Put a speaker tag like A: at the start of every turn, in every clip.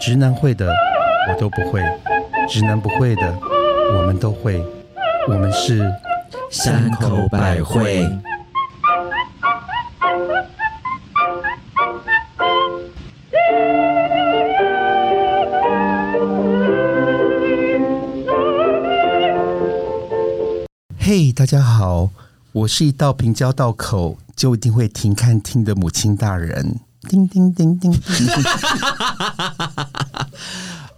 A: 直男会的我都不会，直男不会的我们都会，我们是
B: 山口百惠。
A: 嘿大家好，我是一道平交道口就一定会停看听的母亲大人。叮叮叮叮叮，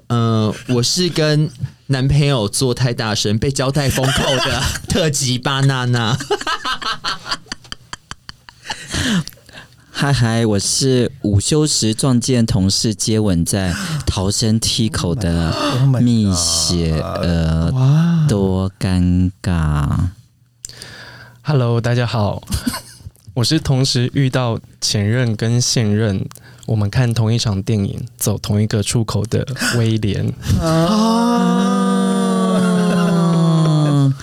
B: 嗯，我是跟男朋友做太大声被胶带封扣的特级巴娜娜。
C: 嗨嗨，我是午休时撞见同事接吻在逃生梯口的
A: Oh my god
C: 蜜雪儿，多尴 尬！
D: Hello，大家好，我是同时遇到前任跟现任，我们看同一场电影，走同一个出口的威廉。
C: 嗯，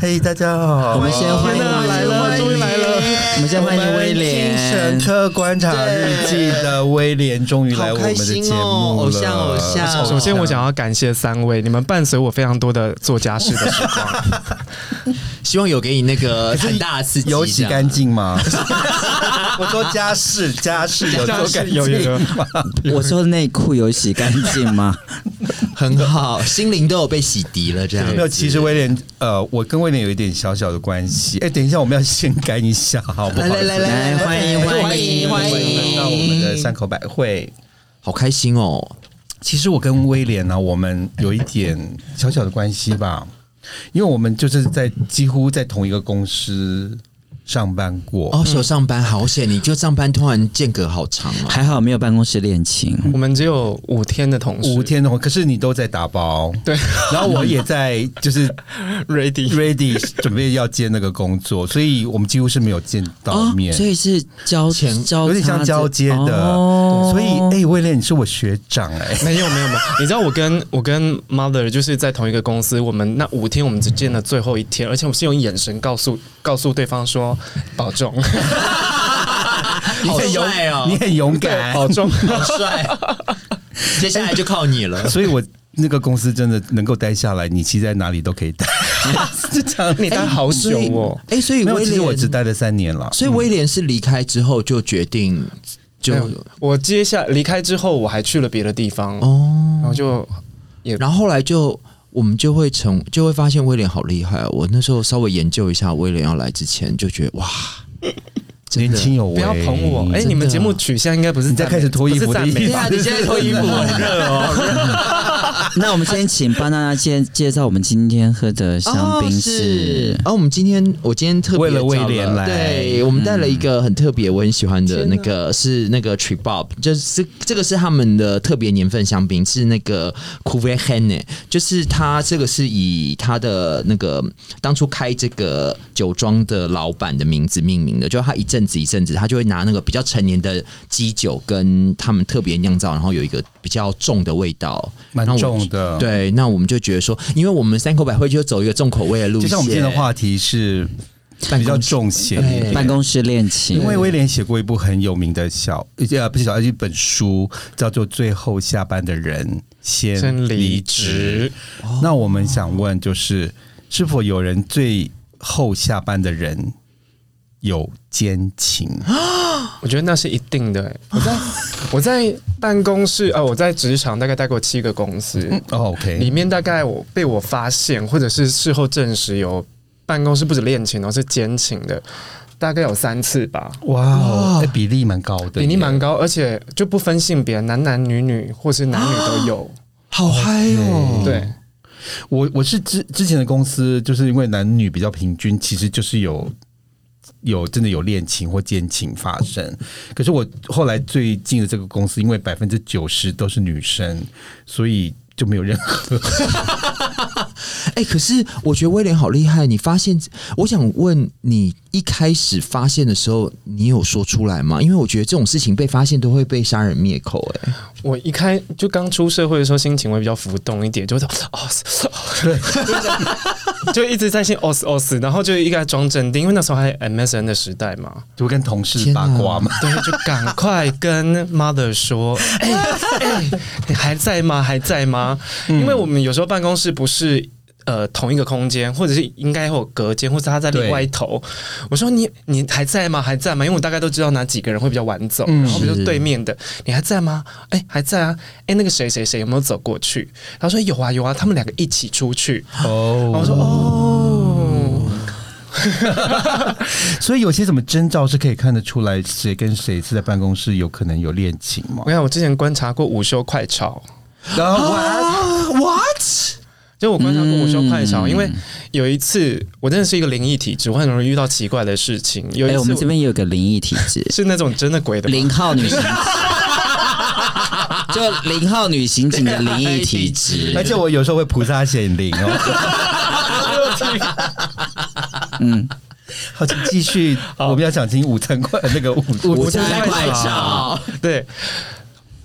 A: 嘿大家好，
C: 我们先欢迎
A: 来了，终于来了，
C: 我们先欢迎威廉
A: 精神科观察日记的威廉终于来我们的节目了，
B: 好开心哦偶像偶像
D: 首先，我想要感谢三位，你们伴随我非常多的做家事的时光。
B: 希望有给你那个很大的刺激，
A: 有洗干净吗？ 我说家事，家事有做干净
D: 有有有
A: 吗？
C: 我说内裤有洗干净吗？
B: 这样很好，心灵都有被洗涤了，这样
A: 没有，其实威廉，呃，我跟威廉有一点小小的关系。哎，等一下，我们要先改一下，好不好？
B: 来来来
C: 来，
B: 来，
C: 欢迎欢迎欢
A: 欢迎来到我们的
C: 迎！
A: 山口百惠。
B: 好开心哦！
A: 其实我跟威廉呢、啊我们有一点小小的关系吧，因为我们就是在几乎在同一个公司上班过。
B: 哦，有上班好险，你就上班突然间隔好长啊！
C: 还好没有办公室恋情，
D: 我们只有五天的同事，
A: 五天的话，可是你都在打包，
D: 对
A: 然后我也在就是
D: ，ready。
A: ready 准备要接那个工作，所以我们几乎是没有见到
C: 哦
A: 面，，
C: 所以是交
B: 前
C: 交
A: 有点像
C: 叉
A: 交接的。
C: 哦
A: 所以，哎、威廉，你是我学长哎、
D: 没有没有没有，你知道我跟我跟 mother 就是在同一个公司，我们那五天我们只见了最后一天，而且我们是用眼神告诉告诉对方说保重，
B: 你很勇敢
A: 你
B: 哦，
A: 很勇 敢，
D: 保重。
B: 好帅！接下来就靠你 了。
A: 所以我那个公司真的能够待下来，你其实在哪里都可以待，是这样。
D: 你待好久哦，
B: 哎，所以
A: 没有，
B: 威
A: 其实
B: 廉，
A: 我只待了三年了。
B: 所以威廉是离开之后就决定就
D: 没有 我接下离开之后，我还去了别的地方，
B: 哦，
D: 然后就
B: 然后后来就我们就会成就会发现威廉好厉害、哦。我那时候稍微研究一下威廉要来之前，就觉得哇，真的
A: 年轻有为，
D: 不要捧我。哎、
B: 真的
D: 你们节目取向应该不是
A: 啊你在
D: 赞美
A: 开始脱衣服
D: 不是赞
A: 的意
D: 美
A: 思
B: 对啊，你现在脱衣服很热 哦，
A: 哎
C: 那我们先请巴娜娜先介绍我们今天喝的香槟
B: 是
C: 是。
B: 哦，我们今天我今天特别
A: 哦为了
B: 找
A: 威廉来
B: 对我们带了
C: 嗯
B: 一个很特别，我很喜欢的那个是那个 Tree Bob，就是这个是他们的特别年份香槟，是那个 c u v e h e n e 就是它这个是以它的那个当初开这个酒庄的老板的名字命名的，就他一阵子一阵子，他就会拿那个比较成年的基酒跟他们特别酿造，然后有一个比较重的味道，
A: 蛮
B: 然后我
A: 重
B: 们
A: 的。，
B: 对，那我们就觉得说，因为我们三口百惠就走一个重口味的路
A: 就
B: 线，
A: 像我们今天的话题是比较重咸一点。
B: 对
C: 办公室恋情
A: 因，为威廉写过一部很有名的小，呃，不是小，一本书叫做《最后下班的人先
D: 先
A: 离
D: 离
A: 职
D: 职》。
A: 那我们想问，就是是否有人最后下班的人有奸情？
D: 我觉得那是一定 的、哎我在我在办公室啊、我在职场大概待过七个公司，哎
A: 哦，OK，
D: 里面大概我被我发现，或者是事后证实有办公室不止恋情哦，是奸情的，大概有三次吧。
A: 哇哦，哎比例蛮高的，
D: 比例蛮。高，而且就不分性别，男男女女或是男女都有。
B: 好嗨哦！
D: 对，
A: 我我是之之前的公司，就是因为男女比较平均，其实就是有有真的有恋情或奸情发生。可是我后来最近的这个公司，因为百分之九十都是女生，所以就没有任何
B: 哎、可是我觉得威廉好厉害，你发现，我想问你一开始发现的时候，你有说出来吗？因为我觉得这种事情被发现都会被杀人灭口、哎，
D: 我一开就刚出社会的时候，心情会比较浮动一点，就会哦死哦，对，就一直在心哦死哦死，然后就一个装镇定，因为那时候还 MSN 的时代嘛，
A: 就会跟同事八卦嘛。
D: 对，就赶快跟 mother 说，哎、哎、你还在吗？还在吗？因为我们有时候办公室不是。呃，同一个空间，或者是应该会有隔间，或者他在另外一头。我说你你还在吗？还在吗？因为我大概都知道哪几个人会比较晚走，
A: 嗯
D: 然后比如
B: 是
D: 说对面的，你还在吗？哎、还在啊。哎、那个谁谁谁有没有走过去？他说有啊有啊，他们两个一起出去。然后我
A: 哦，
D: 说哦，
A: 所以有些什么征兆是可以看得出来谁跟谁是在办公室有可能有恋情吗哦
D: 我？想我之前观察过午休快炒，
A: 然后哇
B: 啊，what？
D: 就我观察过午休快
C: 嗯
D: 炒，因为有一次我真的是一个灵异体质，我很容易遇到奇怪的事情。有一
C: 哎、
D: 次
C: 我们这边也有个灵异体
D: ，
C: 质
D: 是那种真的鬼的吗
C: 零号女刑警， 就零号女刑警的灵异体质，
D: 哎
A: 而且我有时候会菩萨显灵哦。
C: 嗯，
A: 好，请继续，我们要讲清午餐快那个午
C: 午
D: 午餐
C: 餐快
D: 快
C: 炒
D: 炒，对。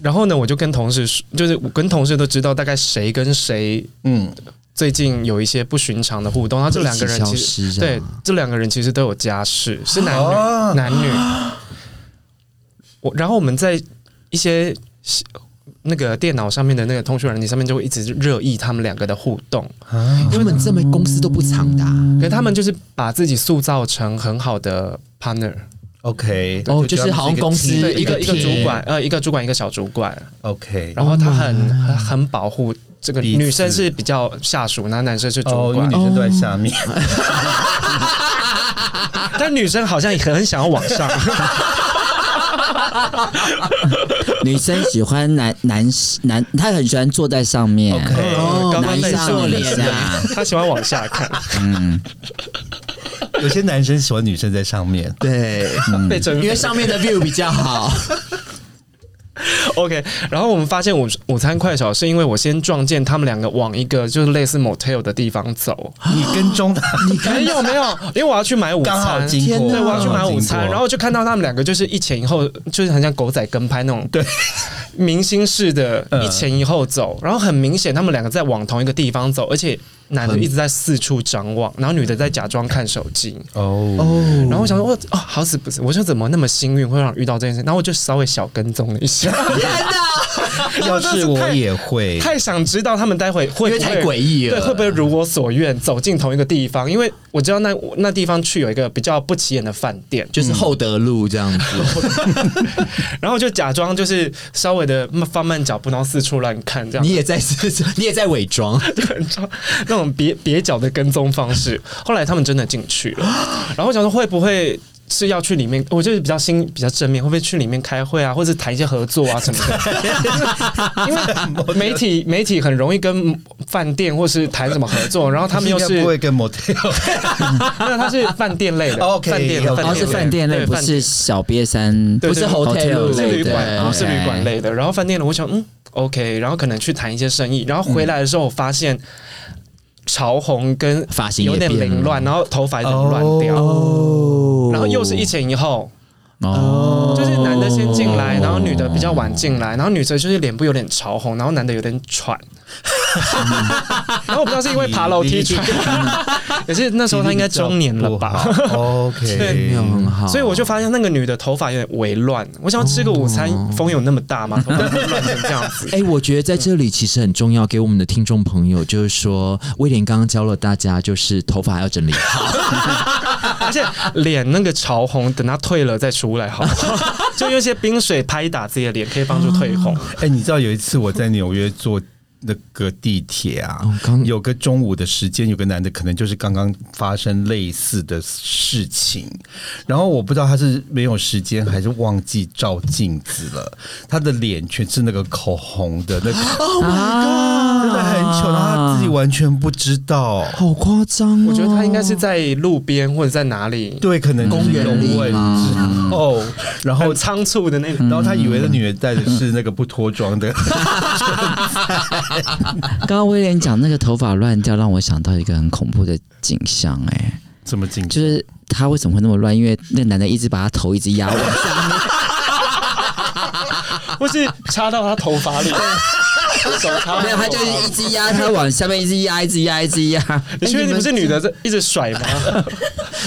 D: 然后呢，我就跟同事说，就是我跟同事都知道大概谁跟谁
A: 嗯，
D: 最近有一起消失这样一些不寻常的互动，然后这两个人其实
C: 啊
B: 啊
D: 对这两个人其实都有家室，是男女、
A: 哦
D: 男女。我然后我们在一些那个电脑上面的那个通讯软件上面就会一直热议他们两个的互动，
B: 他们这么公司都不藏的啊、
D: 可是他们就是把自己塑造成很好的 partner，
A: OK，
B: 哦
A: 觉得
B: 就是
A: 他
B: 好
A: 们是一
B: 像
A: 个
B: 公司
A: team
D: 对一个一哦个
B: team
D: 主管，呃，一个主管一个小主管，
A: OK，
D: 然后他很很很保护这个
A: 彼此
D: 女生是比较下属，那男生是主
A: 哦，因为
D: 管
A: 女，生都在下面，
D: 啊但女生好像也很想要往上。
C: 女生喜欢男男男，她很喜欢坐在上面嗯
A: OK
B: 哦
D: 高高在
C: 男上
D: 上
C: 女
D: 的，
C: 下，
D: 他喜欢往下看，
C: 嗯，
A: 有些男生喜欢女生在上面。
B: 对，
D: 被征
B: 因为
D: 服。
B: 上 面的 view 比较好。
D: OK，然后我们发现午午餐快炒是因为我先撞见他们两个往一个就是类似 motel 的地方走，
A: 你跟踪他，你
D: 没有没有，因为我要去买午
A: 刚好
D: 餐。
A: 经
B: 天
A: 过，
D: 对，我要去买午餐，然
A: 后
D: 后就看到他们两个就是一前一后，就是很像狗仔跟拍那种
A: 对
D: 明星式的
A: 嗯
D: 一前一后走，然后很明显他们两个在往同一个地方走，而且男的一直在四处张望，然后女的在假装看手机。
A: 哦，
D: 然后我想说，我哦，好死不死，我说怎么那么幸运会让我遇到这件事？然后我就稍微小跟踪了一下，
A: 要是我也会，
D: 太想知道他们待会会
B: 因为
D: 不会
B: 太诡异了
D: 对，会不会如我所愿走进同一个地方？因为我知道那那地方去有一个比较不起眼的饭店，
B: 就是厚德路这样 子，
D: 然后就假装就是稍微的放慢脚步，然后四处乱看这 样
B: 你。也在，你也在伪装。
D: 那种蹩蹩脚的跟踪方式。后来他们真的进去了， 然后我想说会不会是要去里面？我就是比较心比较正面，会不会去里面开会啊，或者谈一些合作啊什么 的？因为媒体媒体很容易跟饭店或是谈什么合作，然后他们又
A: 应该
D: 是
A: 不会跟 motel，
D: 没有，他是饭店类的，
A: OK，
D: 饭店
A: 哦
D: 的，
C: 然后是
D: 的
C: 饭店类，
D: 对
C: 不
D: 饭店
C: 是小瘪三，
D: 对
B: 不是
D: 对
B: hotel
D: 是
B: 类
D: 旅
B: 的
D: 馆，然后是
C: OK
D: 旅馆类的，然后饭店的，我想嗯，OK，然后可能去谈一些生意，然后回来的时候我发现。潮红跟
B: 发型也
D: 有点
B: 变了
D: 凌乱，然后头发有点乱掉，
B: 哦
D: 然后又是一前一后，
C: 哦，
D: 就是男的先进来，然后女的比较晚进来，然后女生就是脸部有点潮红，然后男的有点喘。然后我不知道是因为爬楼梯出去， 可是那时候他应该中年了吧？ 对
A: ？OK，
B: 没有很嗯好，
D: 所以我就发现那个女的头发有点微乱。我想吃个午餐，风有那么大吗？头发会乱成这样子。
B: 哎、我觉得在这里其实很重要，给我们的听众朋友，就是说，威廉刚刚教了大家，就是头发要整理好，
D: 而且脸那个潮红，等它退了再出来好不好？ 就用一些冰水拍打自己的脸，可以帮助退红。
A: 哎，你知道有一次我在纽约坐那个地铁啊
D: 嗯
B: 哦刚，
A: 有个中午的时间，有个男的可能就是刚刚发生类似的事情，然后我不知道他是没有时间还是忘记照镜子了，他的脸全是那个口红的那个，
C: 啊
A: 真的很糗，然后他自己完全不知道。
B: 好夸张、哦。
D: 我觉得他应该是在路边或者在哪里，哦
A: 对，可能就是
B: 公园
A: 有
B: 里
A: 问
B: 吗
A: 之后，然后嗯
D: 很仓促的那种。
A: 然后他以为那女人戴的是那个不脱妆的，
C: 刚刚威廉讲那个头发乱掉，让我想到一个很恐怖的景象、哎，
A: 这么近，
C: 就是他为什么会那么乱？因为那男的一直把他头一直压往下，
D: 或是插到他头发里，手插到
C: 没有，他就
D: 头发里
C: 一直压，他往下面一直压，一直压，一直压。
D: 你确定你们是女的在一直甩吗？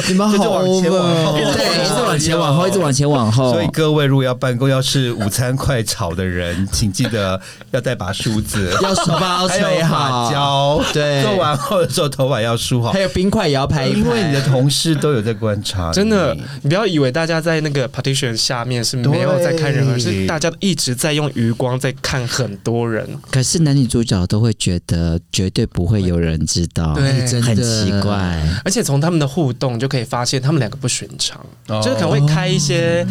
B: 你们
A: 这就
B: 好
A: 往前
B: over
A: 往
B: 哦
A: 后
C: 哎对，一直往前往后，一直往前往后
A: 所以。各位如果要办公，要是午餐快炒的人，请记得要带把梳子，
B: 要梳包
A: 还
B: 吹
A: 有
B: 好
A: 发，胶。
B: 对
A: 做完后的时候头发要梳好
B: 还，有冰块也要拍一拍，
A: 因为你的同事都有在观啊察你，
D: 真的，你不要以为大家在那个 partition 下面是没有在看人，而
A: 对
D: 是大家一直在用余光在看很多人。
C: 可是男女主角都会觉得绝对不会有人知道，
D: 对
B: 真的
C: 很奇怪。
D: 而且从他们的互动就可以发现，他们两个不寻常，
A: 哦
D: 就是可能会开一些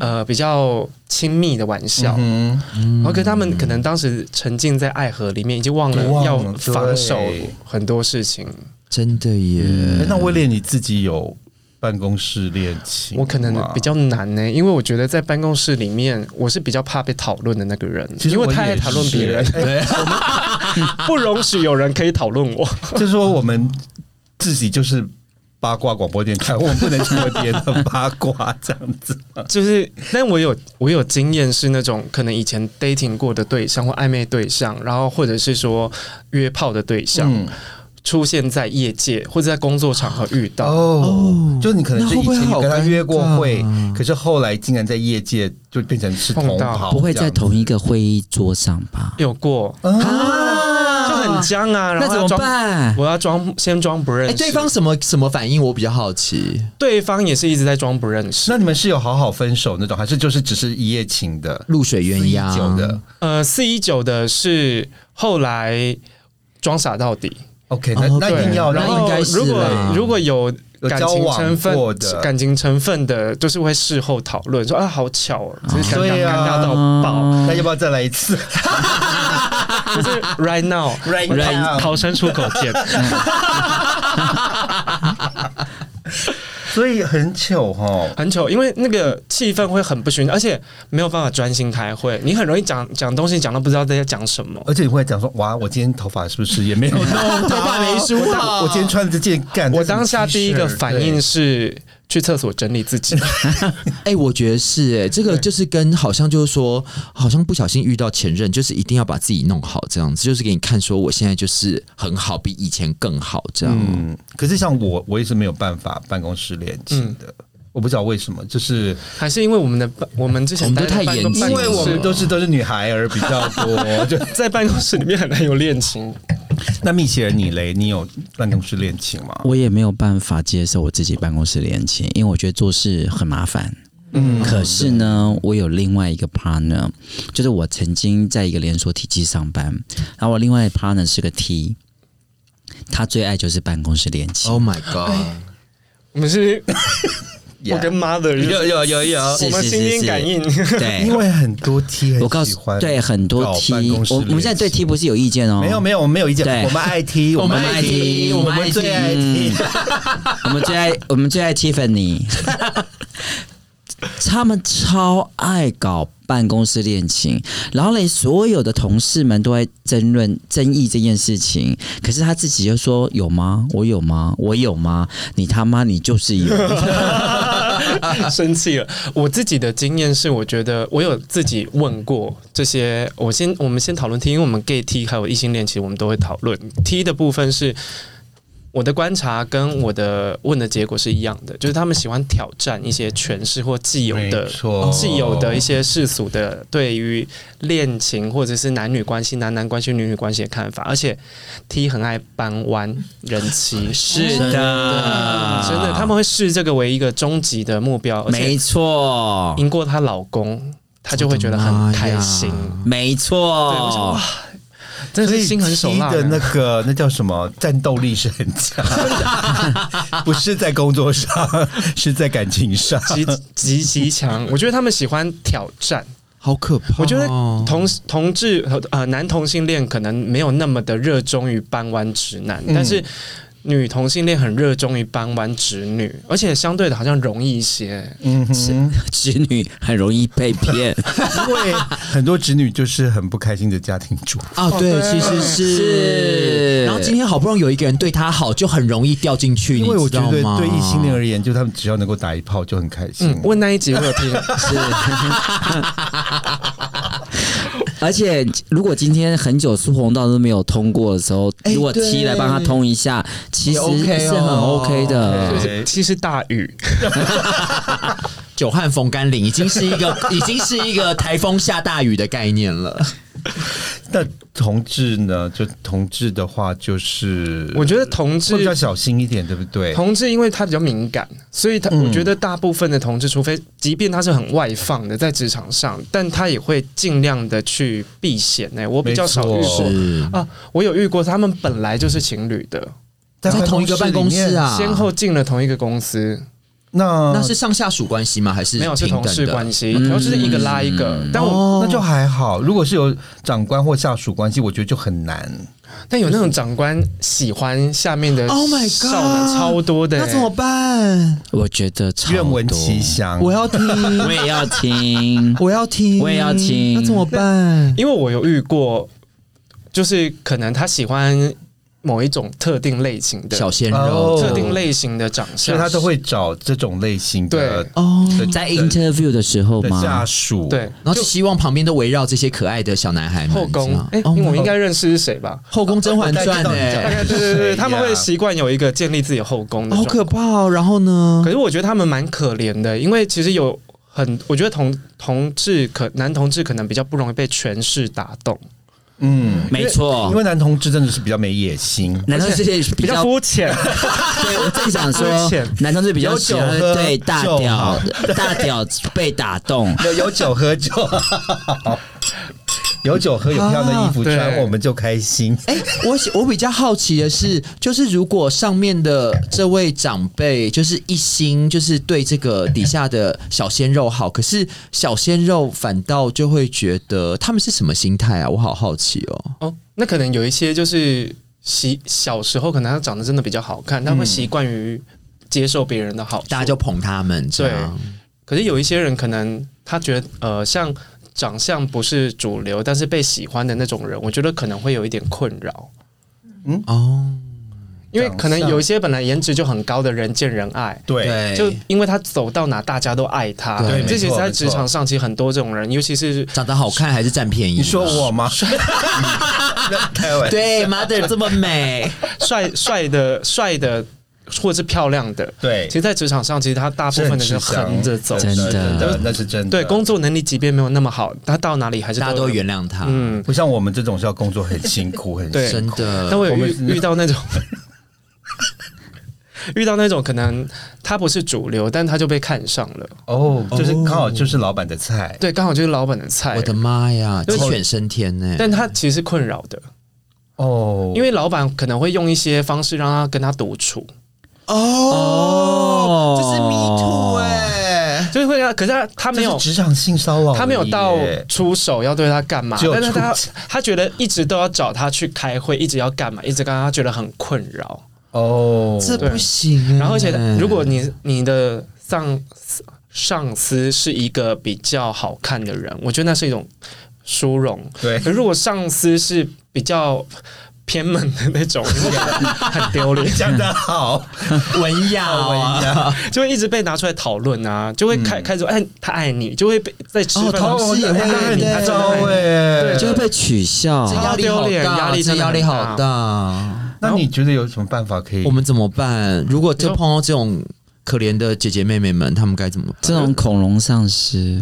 D: 呃比较亲密的玩笑，
A: 嗯
D: 然后跟他们可能当时沉浸在爱河里面，已经忘了
A: 忘了
D: 要防守
A: 对
D: 很多事情。
B: 真的耶，
A: 哼。哎那威廉你自己有办公室恋情吗？
D: 我可能比较难呢、因为我觉得在办公室里面，我是比较怕被讨论的那个人，
A: 其实
D: 因
A: 我
D: 为太
A: 也
D: 爱讨论别 人
A: 是，哎
B: 对，
D: 不容许有人可以讨论我。
A: 就是说我们自己就是八卦广播电台， 我们不能成为别人的八卦这样子。
D: 就是，但我有我有经验是那种可能以前 dating 过的对象或暧昧对象，然后或者是说约炮的对象、
A: 嗯
D: 出现在业界或者在工作场合遇到，
A: 哦，就你可能是以
B: 那会
A: 前
B: 不会好
A: 有跟他约过会
B: 尴尬啊，
A: 可是后来竟然在业界就变成是同
D: 碰到
A: 行，
C: 不会在同一个会议桌上吧？
D: 有过
A: 这样子。啊
C: 啊
D: 就很僵啊，然
C: 那
D: 后
C: 怎
D: 要
C: 么
D: 装。
C: 办？
D: 我要装，先装不认
B: 哎、
D: 识。
B: 对方什么什么反应？我比较好奇。
D: 对方也是一直在装不认识。
A: 那你们是有好好分手那种，还是就是只是一夜情的？
B: 露水鸳鸯
A: 酒的
D: 呃，四一九的是后来装傻到底，
A: ，OK，那
B: 哦
A: 那一
D: 对
A: 定要，
D: 然
A: 然
D: 后
A: 后
B: 应该是
D: 如果
B: 啦
D: 如果有
A: 有
D: 感
A: 交
D: 情
A: 往
D: 成
A: 过
D: 分
A: 的
D: 感情成分的，就是会事后讨论说啊，好巧哦，只是尴尬
A: 对啊
D: 尴尬到爆。
A: 那要不要再来一次
D: 可是 right now
A: ？Right now
D: 逃生出口 见，
A: 所以很糗哈。
D: 很糗，因为那个气氛会很不寻常，而且没有办法专心开会，你很容易讲讲东西讲到不知道在讲什么。
A: 而且你会讲说，哇，我今天头发是不是也 没有弄好？
B: 头发没梳好
A: 我我今天穿的这件干。
D: 我当下第一个反应
A: 是，
D: 是去厕所整理 自己，
B: 哎、我觉得是哎、这个就是跟好像就是说，好像不小心遇到前任，就是一定要把自己弄好，这样子，就是给你看说我现在就是很好，比以前更好这样。
A: 嗯，可是像我，我也是没有办法办公室恋情的。我不知道为什么，就是
D: 还是因为我们的 办我们之
B: 我
D: 前
B: 们都
D: 待的
B: 太
D: 办公
B: 严谨
D: 办
A: 因
D: 公
A: 为我
D: 室
A: 们都是都是女孩儿比较 多，就
D: 在办公室里面很难有 恋情，
A: 那蜜雪儿你嘞，你有办公室恋情吗？
C: 我也没有办法接受我自己办公室恋情，因为我觉得做事很麻烦。嗯，可是呢，我有另外一个 partner，就是我曾经在一个连锁体系上班，然后我另外一个 partner 是个 T，他最爱就是办公室恋情。
A: 哦
B: Oh my god！
D: 我们是，我跟 mother 就是
A: 有有有
D: 我们
C: 是
D: 心电感应，
C: 对，
A: 因为很多 T
C: 哎我
A: 很
C: 告
A: 喜
C: 诉
A: 欢，
C: 对很多
A: 搞
C: T，
A: 办公室
C: 我我们现在对
A: 恋情
C: T 不是有意见哦，
A: 没有没有，我们没有意见
C: 对，
A: 我们爱 T，
B: 我们
A: 们
B: 爱 T，
A: T，我
B: 我们爱
A: 们最爱
B: T
A: T。
C: 我们最爱我们最爱 Tiffany，他们超爱搞办公室恋情，然后嘞，所有的同事们都在争论争议这件事情，可是他自己就说有吗？我有吗？我有吗？你他妈你就是有，
D: 生气了。我自己的经验是，我觉得我有自己问过这些。我先我们先讨论 T，因为我们 gay T 还有异性恋，其实我们都会讨论 T 的部分是。我的观察跟我的问的结果是一样的，就是他们喜欢挑战一些诠释或既有的
A: 没错、
D: 既有的一些世俗的对于恋情或者是男女关系、男男关系、女女关系的看法，而且 T 很爱搬弯人妻，
B: 是的
D: 真的，他们会视这个为一个终极的目标，而且
C: 没错，
D: 赢过她老公，她就会觉得很开心。
B: 我的妈
C: 没错，
D: 真的
A: 所
D: 是
A: 以
D: 心狠手辣
A: T 的那个那叫什么战斗力是很强的，不是在工作上，是在感情上。
D: 极极极强。我觉得他们喜欢挑战。
B: 好可怕哦、
D: 我觉得同同志和呃男同性恋可能没有那么的热衷于搬弯直男，但是女同性恋很热衷于搬弯直女，而且相对的好像容易一些。
A: 嗯哼，
C: 直女很容易被骗，
A: 因为很多直女就是很不开心的家庭主妇。
B: 啊，对，其实是
C: 是
B: 然后今天好不容易有一个人对他好，就很容易掉进去，
A: 因为我觉
B: 你
A: 得
B: 知道吗
A: 对异性恋而言，就他们只要能够打一炮就很开心。
D: 嗯，问那一集我有听，
C: 而且如果今天很久苏红道都没有通过的时候，
B: 哎
C: 如果 T
B: 对
C: 来帮他通一下，其实
B: OK
C: 是
B: 哦
C: 很 OK 的。
A: 对
D: 其实大雨，
B: 久旱逢甘霖，已经是一个已经是一个台风下大雨的概念了。
A: 那同志呢？就同志的话，就是
D: 我觉得同志
A: 会比较小心一点，对不对？
D: 同志因为他比较敏感，所以他、
A: 嗯
D: 我觉得大部分的同志，除非即便他是很外放的在职场上，但他也会尽量的去避嫌、欸。我比较少遇
A: 没错
D: 过
B: 是
D: 啊，我有遇过他们本来就是情侣的，
B: 在同一个办公
A: 里
B: 室
A: 面，
B: 啊，
D: 先后进了同一个公司，
A: 那
B: 那是上下属关系吗？还是
D: 没有是
B: 平
D: 同
B: 等
D: 事
B: 的嗯
D: 关系，
C: 嗯
D: 然后就是一个拉一个。但我、
A: 那就还好。如果是有长官或下属关系，我觉得就很难。
D: 但有那种长官喜欢下面的
B: Oh my
D: 少男
B: God，
D: 超多的、欸，
B: 那怎么办？
C: 我觉得超多
A: 愿闻其，详。
B: 我要听，。
C: 我也要听
B: 我要听，
C: 我也要听
B: 那怎么办？
D: 因为我有遇过，就是可能他喜欢某一种特定类型的
B: 小鲜肉
A: 哦，
D: 特定类型的长
A: 所
D: 相，
A: 以他都会找这种类型的
D: 对
B: 哦。
A: 的
C: 嗯在 interview 的时候
A: 的
C: 吗
A: 下？属，
D: 对，
B: 然后就希望旁边都围绕这些可爱的小男孩们。
D: 后宫
B: 这样。
D: 哎、
B: 哦
D: 我应该认识是谁吧？
B: 后宫《甄嬛传》
D: 大
B: 哎，
D: 概对对对，他们会习惯有一个建立自己后宫的
B: 好
D: 状态。
B: 可怕哦。然后呢
D: 可？是我觉得他们蛮可怜的，因为其实有很，我觉得同同志可男同志可能比较不容易被权势打动，
A: 嗯，
C: 没错
A: 因，为男同志真的是比较没野心，
C: 男同志比
D: 比较
C: 较
D: 肤浅。
C: 对，我正想说
D: 肤浅，
C: 男同志比较喜欢
A: 有酒喝
C: 对大
A: 就
C: 屌
A: 好
C: 大屌 被打动。
A: 有有酒喝就好， 有酒喝有漂亮的衣服
D: 啊
A: 穿，
D: 对
A: 我们就开心。
B: 哎，我喜我比较好奇的是，就是如果上面的这位长辈就是一心就是对这个底下的小鲜肉好，可是小鲜肉反倒就会觉得他们是什么心态啊？我好好奇哦。
D: 哦，那可能有一些就是习小时候可能他长得真的比较好看，他会习惯于接受别人的好处，
B: 嗯大家就捧他们这样，
D: 可是有一些人可能他觉得呃像。长相不是主流，但是被喜欢的那种人，我觉得可能会有一点困扰，
B: 哦，
D: 因为可能
A: 长相
D: 有一些本来颜值就很高的人见人爱，
A: 对，
B: 对，
D: 就因为他走到哪大家都爱他。
B: 对
D: 这其
A: 没
D: 实
A: 错
D: 在
A: 没
D: 职
A: 错
D: 场上其实很多这种人，尤其是
B: 长得好看还是占便宜？
A: 你说我吗？ 开玩笑，
B: 对，mother 这么美，
D: 帅帅的帅的或是漂亮的，
A: 对
D: 其实，在职场上其实他大部分的是横着走。
C: 真的
A: 真的那是真的。
D: 对，工作能力即便没有那么好，他到哪里还是
B: 大家都
D: 有
B: 原谅他，
D: 嗯。
A: 不像我们这种是要工作很辛苦，很
D: 对
B: 真的。
D: 嗯但我有
A: 我们
D: 遇
A: 是
D: 遇到那种 遇到那种可能他不是主流，但他就被看上了。
A: 哦，就是刚好就是老板的菜。
D: 对，刚好就是老板的菜。
B: 我的妈呀，鸡
D: 因为
B: 犬升天呢、
D: 哎但他其实是困扰的，
A: 哦，
D: 因为老板可能会用一些方式让他跟他独处。
B: 哦，这是 me too
D: 哦
B: 哎、
D: 就是会让，可是他欸他没有
A: 这是，职场性骚扰，
D: 他没有到出手要对他干嘛，
A: 只有
D: 但是他
A: 出
D: 他觉得一直都要找他去开会，一直要干嘛，一直跟他觉得很困扰。
A: 哦，
B: 这不行欸、
D: 然后而且如果你你的上司上司是一个比较好看的人，我觉得那是一种殊荣。
A: 对
D: 可如果上司是比较偏门的那种， 你会觉得很丢脸。
A: 讲得好，
B: 文雅、啊，
D: 就会一直被拿出来讨论啊，就会开、开始说哎，他爱你，就会被在吃
B: 哦
D: 饭的时候
B: 同事也会
D: 哎他爱你，他
B: 对
D: 真的
A: 糟
D: 爱你
A: 哎。
C: 就会被取笑
B: 这，压力好
D: 超丢脸
B: 大，
D: 压力
B: 这
D: 真的
B: 压
D: 很
B: 力
D: 大
B: 好大。
A: 那你觉得有什么办法可以
B: 我？们怎么办？如果就碰到这种可怜的姐姐妹妹们，她们该怎么办？
C: 这种恐龙丧尸，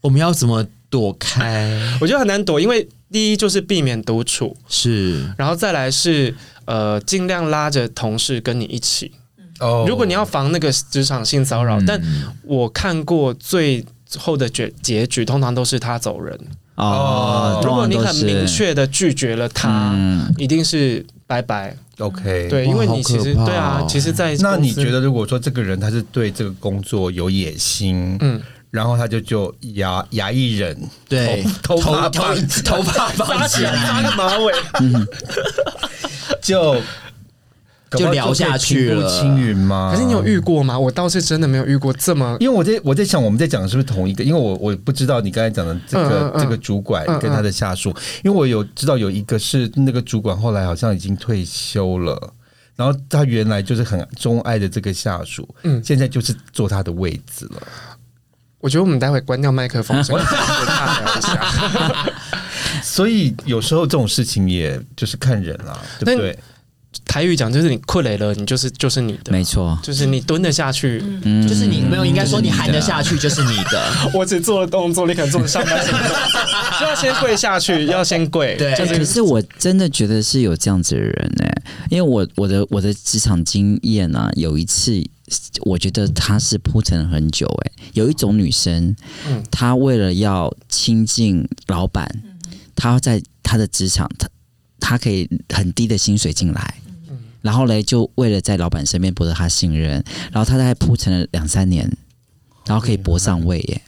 B: 我们要怎么躲开？
D: 我觉得很难躲，因为第一就是避免独处，
B: 是
D: 然后再来是呃，尽量拉着同事跟你一起。
A: 哦
D: 如果你要防那个职场性骚扰，
B: 嗯
D: 但我看过最后的结结局，通常都是他走人。
C: 哦
A: 哦，
D: 如
C: 通
D: 果
C: 常
D: 你
C: 都
D: 很
C: 是
D: 明确的拒绝了他，
C: 嗯，
D: 一定是拜拜。
A: OK，
D: 对，
B: 哇
D: 因为你其实
B: 好可怕哦
D: 对啊，其实在，
A: 那你觉
D: 得？
A: 得如果说这个人他是对这个工作有野心，
D: 嗯，
A: 然后他就就牙牙一忍，
B: 对
A: 头头发
B: 头
A: 绑
D: 嗯
B: 头发绑起来，
D: 扎个马尾，
A: 就搞不好
B: 就聊下去
A: 可以
B: 了
A: 平步青云吗？
D: 可是你有遇过吗？我倒是真的没有遇过这么
A: 因为我在我在想，我们在讲的是不是同一个？因为我我不知道你刚才讲的这个、
D: 嗯嗯嗯
A: 这个主管跟他的下属，因为我有知道有一个是那个主管后来好像已经退休了，然后他原来就是很钟爱的这个下属，
D: 嗯
A: 现在就是坐他的位置了。
D: 我觉得我们待会关掉麦克风，所以大聊一下。
A: 所以有时候这种事情也就是看人啦、对不对？
D: 台语讲就是你困累了，你就是就是你的，
C: 没错，
D: 就是你蹲得下去。
C: 嗯，
B: 就是你没有应该说你喊得下去就是你的，
D: 我只做了动作，你可能做了上半身的动作，就要先跪下去，要先跪。
B: 对
D: 就
C: 欸可
D: 是
C: 是我真的觉得是有这样子的人哎、因为我我的我的职场经验啊，有一次我觉得她是铺陈很久哎、有一种女生
D: 嗯，
C: 她为了要亲近老板，她在她的职场，她她可以很低的薪水进来。然后嘞，就为了在老板身边博得他信任，然后她大概铺陈了两三年，然后可以博上位哎耶。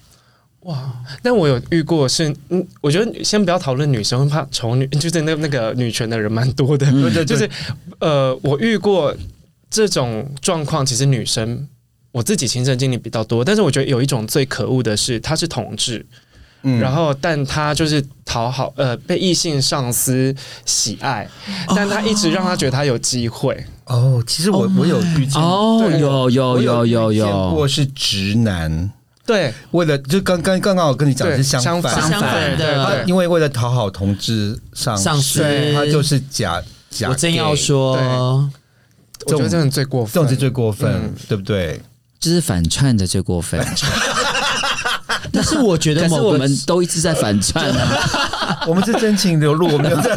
D: 但我有遇过是，嗯，我觉得先不要讨论女生，怕丑女， 就是那那个女权的人蛮多的。
A: 嗯对对对，
D: 就是呃，我遇过这种状况，其实女生我自己亲身经历比较多，但是我觉得有一种最可恶的是，她是同志，
A: 嗯
D: 然后但她就是讨好呃被异性上司喜爱，但她一直让她觉得她有机会，
A: 哦，其实我、我有遇见
C: 哦，
D: 对
C: 有有
A: 我
C: 有有
A: 遇见过
C: 有，
A: 是直男，
D: 对
A: 为了就刚刚刚刚我跟你讲
D: 对，
A: 是相
D: 相
A: 反。
B: 相
D: 反
B: 反
D: 对
B: 的
D: 对
A: 他
D: 对
A: 因为为了讨好同志上
B: 上司
A: 对他就是假假。
B: 我真要，说，
D: 我觉得这种最过
A: 这
D: 分
A: 种是。最过分，
D: 嗯
A: 对不对？
C: 就是反串的最过分。
B: 但是我觉
C: 可
B: 得
C: 是
B: 某
C: 我
B: 个
C: 们都一直在反串 啊，
A: 我们是真情流露，我们有在